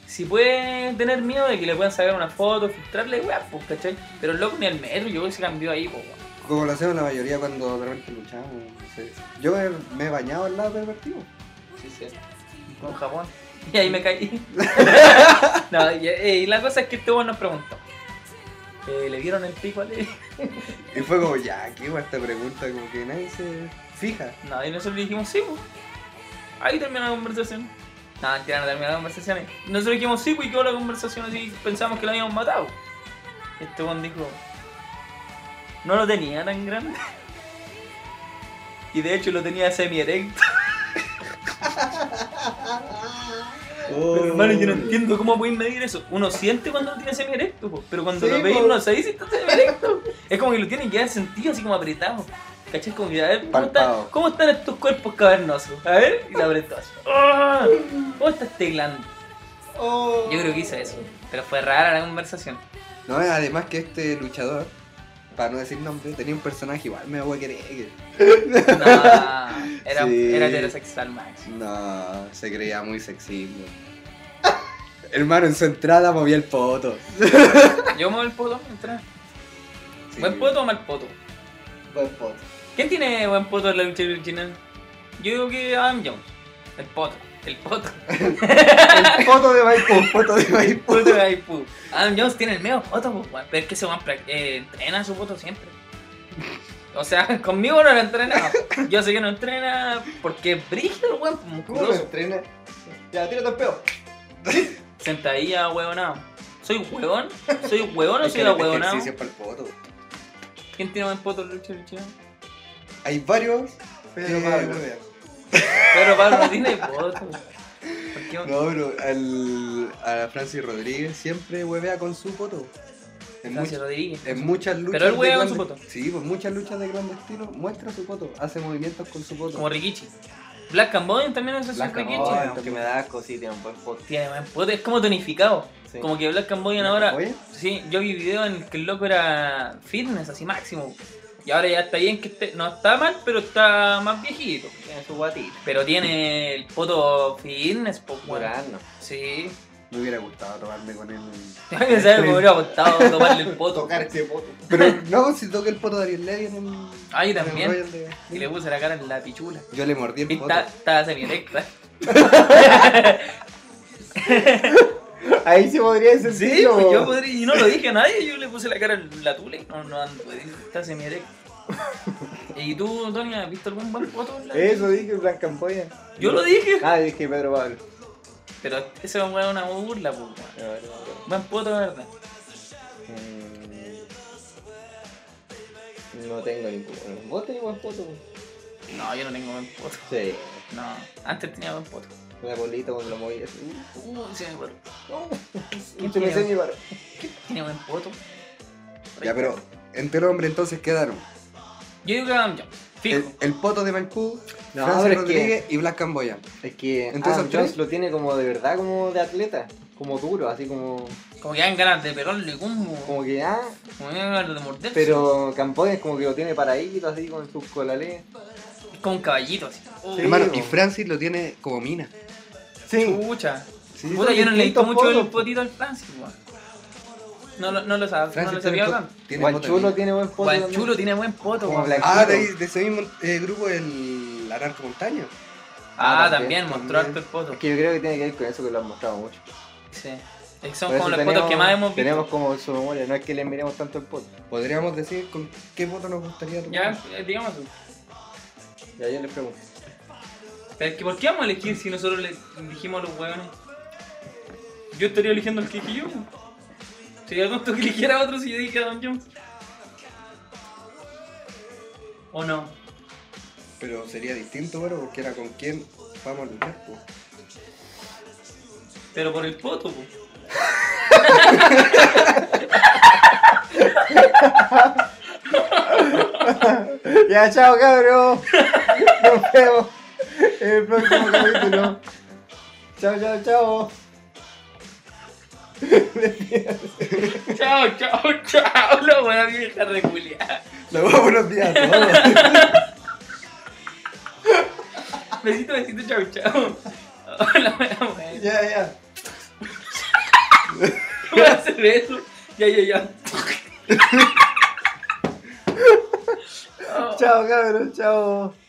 Speaker 2: si puede tener miedo de que le puedan sacar una foto, filtrarle, weón, pues, ¿cachai? Pero el loco ni al metro, yo creo que se cambió ahí, po, weón.
Speaker 3: Como lo hacemos la mayoría cuando de repente luchamos, no sé. Yo me, me he bañado al lado del partido.
Speaker 2: Sí, sí. Con jabón. Y ahí me caí. no, y, y la cosa es que este weón nos preguntó. eh, ¿Le vieron el pico a Levi?
Speaker 3: Y fue como, ya, qué guay esta pregunta, como que nadie se fija.
Speaker 2: No, y nosotros le dijimos sí, pues. Ahí terminó la conversación. No, mentira, no terminó la conversación. Nosotros dijimos sí, pues, y quedó la conversación así. Pensamos que lo habíamos matado. Este weón dijo. No lo tenía tan grande. Y de hecho lo tenía semi erecto.
Speaker 1: Ah,
Speaker 2: Pero hermano, yo no entiendo cómo podéis medir eso. Uno siente cuando lo tiene semi erecto, po, pero cuando
Speaker 3: Sí,
Speaker 2: lo veis
Speaker 3: po.
Speaker 2: no sabéis si está semi erecto. es como que lo tienen que dar sentido así como apretado. ¿Cachai? Como que, a ver, ¿cómo, está-
Speaker 3: Palpado.
Speaker 2: cómo están estos cuerpos cavernosos? A ver, y la apretó así. ¡Ah! ¿Cómo está este glande?
Speaker 1: Oh.
Speaker 2: Yo creo que hizo eso, pero fue rara la conversación.
Speaker 3: No, además que este luchador, para no decir nombre, tenía un personaje igual, me voy a querer.
Speaker 2: No, era,
Speaker 3: Sí.
Speaker 2: era heterosexual, Max.
Speaker 3: No, se creía muy sexismo. Hermano, en su entrada movía el poto.
Speaker 2: Yo muevo el poto, entra.
Speaker 3: Sí.
Speaker 2: ¿Buen poto o mal poto?
Speaker 1: Buen pot.
Speaker 2: ¿Quién tiene buen poto en la lucha original? Yo digo que Adam Jones. El poto, el poto.
Speaker 3: El poto de Maipú, poto de Maipú.
Speaker 2: Puto de ahí, pu. Adam Jones tiene el medio poto, po, weón. pero es que se van entrena su poto siempre. O sea, conmigo no lo entrena. Yo sé que no entrena porque es brígido el weón, pues,
Speaker 1: ¿Cómo lo
Speaker 2: musculoso.
Speaker 1: entrena? Ya, tírate el peo.
Speaker 2: Sentadilla, huevonado. ah, ¿Soy huevón? ¿Soy huevón o
Speaker 3: Hay que
Speaker 2: soy la
Speaker 3: hacer
Speaker 2: huevonado?
Speaker 3: ejercicio para el poto.
Speaker 2: ¿Quién tiene buen poto, Lucho, Lucho?
Speaker 3: Hay varios.
Speaker 1: Pedro
Speaker 3: Eh,
Speaker 1: Pablo.
Speaker 2: Pero Pablo no tiene poto. ¿Por qué?
Speaker 3: No, pero al, a Francis Rodríguez siempre huevea con su poto. En,
Speaker 2: Francis
Speaker 3: much-
Speaker 2: Rodríguez.
Speaker 3: en muchas luchas.
Speaker 2: él
Speaker 3: de
Speaker 2: huevea con
Speaker 3: grande-
Speaker 2: su poto.
Speaker 3: Sí, pues muchas luchas de gran estilo muestra su poto, hace movimientos con su poto.
Speaker 2: Como Rikichi. Black Cambodian también es un
Speaker 3: Black
Speaker 2: Rikichi.
Speaker 1: Oh,
Speaker 3: Cambodian.
Speaker 1: aunque me da asco, sí, tiene un buen pot.
Speaker 2: Tiene buen poto, es como tonificado.
Speaker 1: Sí.
Speaker 2: Como que Black Cambodian ahora.
Speaker 3: Oye,
Speaker 2: Sí, yo vi video en el que el loco era fitness, así máximo. Y ahora ya está bien que esté, no está mal, pero está más viejito.
Speaker 1: Tiene su guatita.
Speaker 2: Pero tiene el poto fitness, po, weón.
Speaker 1: Morano.
Speaker 2: Sí.
Speaker 3: me hubiera gustado tomarme con él. un-
Speaker 2: A mí me sabe que me hubiera gustado tomarle el poto.
Speaker 1: Tocar este poto.
Speaker 3: Pero no, si toqué el poto de Ariel Levy en el.
Speaker 2: Ah, y
Speaker 3: en el
Speaker 2: también.
Speaker 3: Royal de-
Speaker 2: Y le puse la cara en la pichula.
Speaker 3: Yo le mordí
Speaker 2: Y
Speaker 3: el poto.
Speaker 2: está, está semi-erecta.
Speaker 1: Ahí se podría decir.
Speaker 2: Sí, pues yo podría. Y no lo dije a nadie, yo le puse la cara en la tule. No, no, no, está semi-erecta. ¿Y tú, Tony, has visto algún buen poto? en la-
Speaker 1: Eso dije, Blanca Ampolla.
Speaker 2: Yo lo dije.
Speaker 1: Ah, dije Pedro Pablo.
Speaker 2: Pero eso es una burla, pues. weón.
Speaker 1: No, no, no.
Speaker 2: Buen poto, la verdad.
Speaker 1: Mm. No tengo ninguno. ¿Vos tenés buen poto?
Speaker 2: No, yo no tengo buen poto.
Speaker 1: Sí.
Speaker 2: No, antes tenía buen poto.
Speaker 1: Una bolita cuando lo moví así.
Speaker 2: Uh, se me paró.
Speaker 1: Y se me
Speaker 2: miedo.
Speaker 1: enseñó igual.
Speaker 2: Tiene buen poto.
Speaker 3: Ya, pero entre hombre entonces quedaron.
Speaker 2: Yo digo que Adam Jones. Fijo.
Speaker 3: El, el poto de Maipú,
Speaker 1: No, pero
Speaker 3: Francis
Speaker 1: es que-
Speaker 3: Rodríguez y Black Camboya.
Speaker 1: Es que
Speaker 3: Entonces,
Speaker 1: Adam
Speaker 3: ¿tres?
Speaker 1: Jones lo tiene como de verdad, como de atleta. Como duro, así como.
Speaker 2: Como que dan ganas de pegarle como. Como
Speaker 1: Como que ah.
Speaker 2: que dan ganas de morderse.
Speaker 1: Pero Campoy es como que lo tiene paradito, así con sus colales.
Speaker 2: Es como un caballito así. Uh,
Speaker 1: Sí.
Speaker 3: Hermano, y
Speaker 1: po.
Speaker 3: Francis lo tiene como mina.
Speaker 1: Sí.
Speaker 2: Chucha.
Speaker 3: Sí,
Speaker 2: Uh, Puta, yo no le he visto
Speaker 1: distintos
Speaker 2: mucho el
Speaker 1: potos, po.
Speaker 2: potito al Francis, weón. No, lo- no lo sabes, no lo
Speaker 3: Francis
Speaker 2: sabía
Speaker 3: po-
Speaker 2: tanto.
Speaker 1: Guanchulo
Speaker 3: poto de
Speaker 1: tiene buen poto.
Speaker 2: Juan
Speaker 1: también.
Speaker 2: Chulo tiene buen poto,
Speaker 1: Como
Speaker 2: weón.
Speaker 1: blanco.
Speaker 3: Ah, de, de ese mismo eh, grupo, el Anarco Montaña.
Speaker 2: Ah,
Speaker 1: Ah,
Speaker 2: también,
Speaker 1: también,
Speaker 2: mostró harto
Speaker 3: también.
Speaker 2: el poto.
Speaker 1: Es que yo creo que tiene que ver con eso que lo han mostrado mucho.
Speaker 2: Sí. Es que Son
Speaker 1: Por
Speaker 2: como
Speaker 1: eso
Speaker 2: los fotos que más hemos visto.
Speaker 1: Tenemos como su memoria, no es que le miremos tanto el poto.
Speaker 3: Podríamos decir con qué poto nos gustaría tomar.
Speaker 2: Ya, eh, digamos tú.
Speaker 1: Ya yo les pregunto.
Speaker 2: Pero es que ¿por qué vamos a elegir si nosotros le elegimos a los huevones? Yo estaría eligiendo al que elegí yo. po. Sería tonto que eligiera a otro si yo dije a Don Jones. ¿O no?
Speaker 3: Pero sería distinto, bueno, porque era con quién vamos a luchar. po.
Speaker 2: Pero por el poto, po.
Speaker 1: Ya, chao cabrón. Nos vemos en el próximo capítulo. Chao, chao, chao.
Speaker 2: chao, chao, chao, la wea vieja reculeada.
Speaker 3: La voy a buenos días a todos.
Speaker 2: Besito, besito, chao, chao. Hola, wea, wea.
Speaker 1: Ya, ya.
Speaker 2: ¿Cómo hacer eso? Ya, ya, ya.
Speaker 3: Chao, cabros, chao.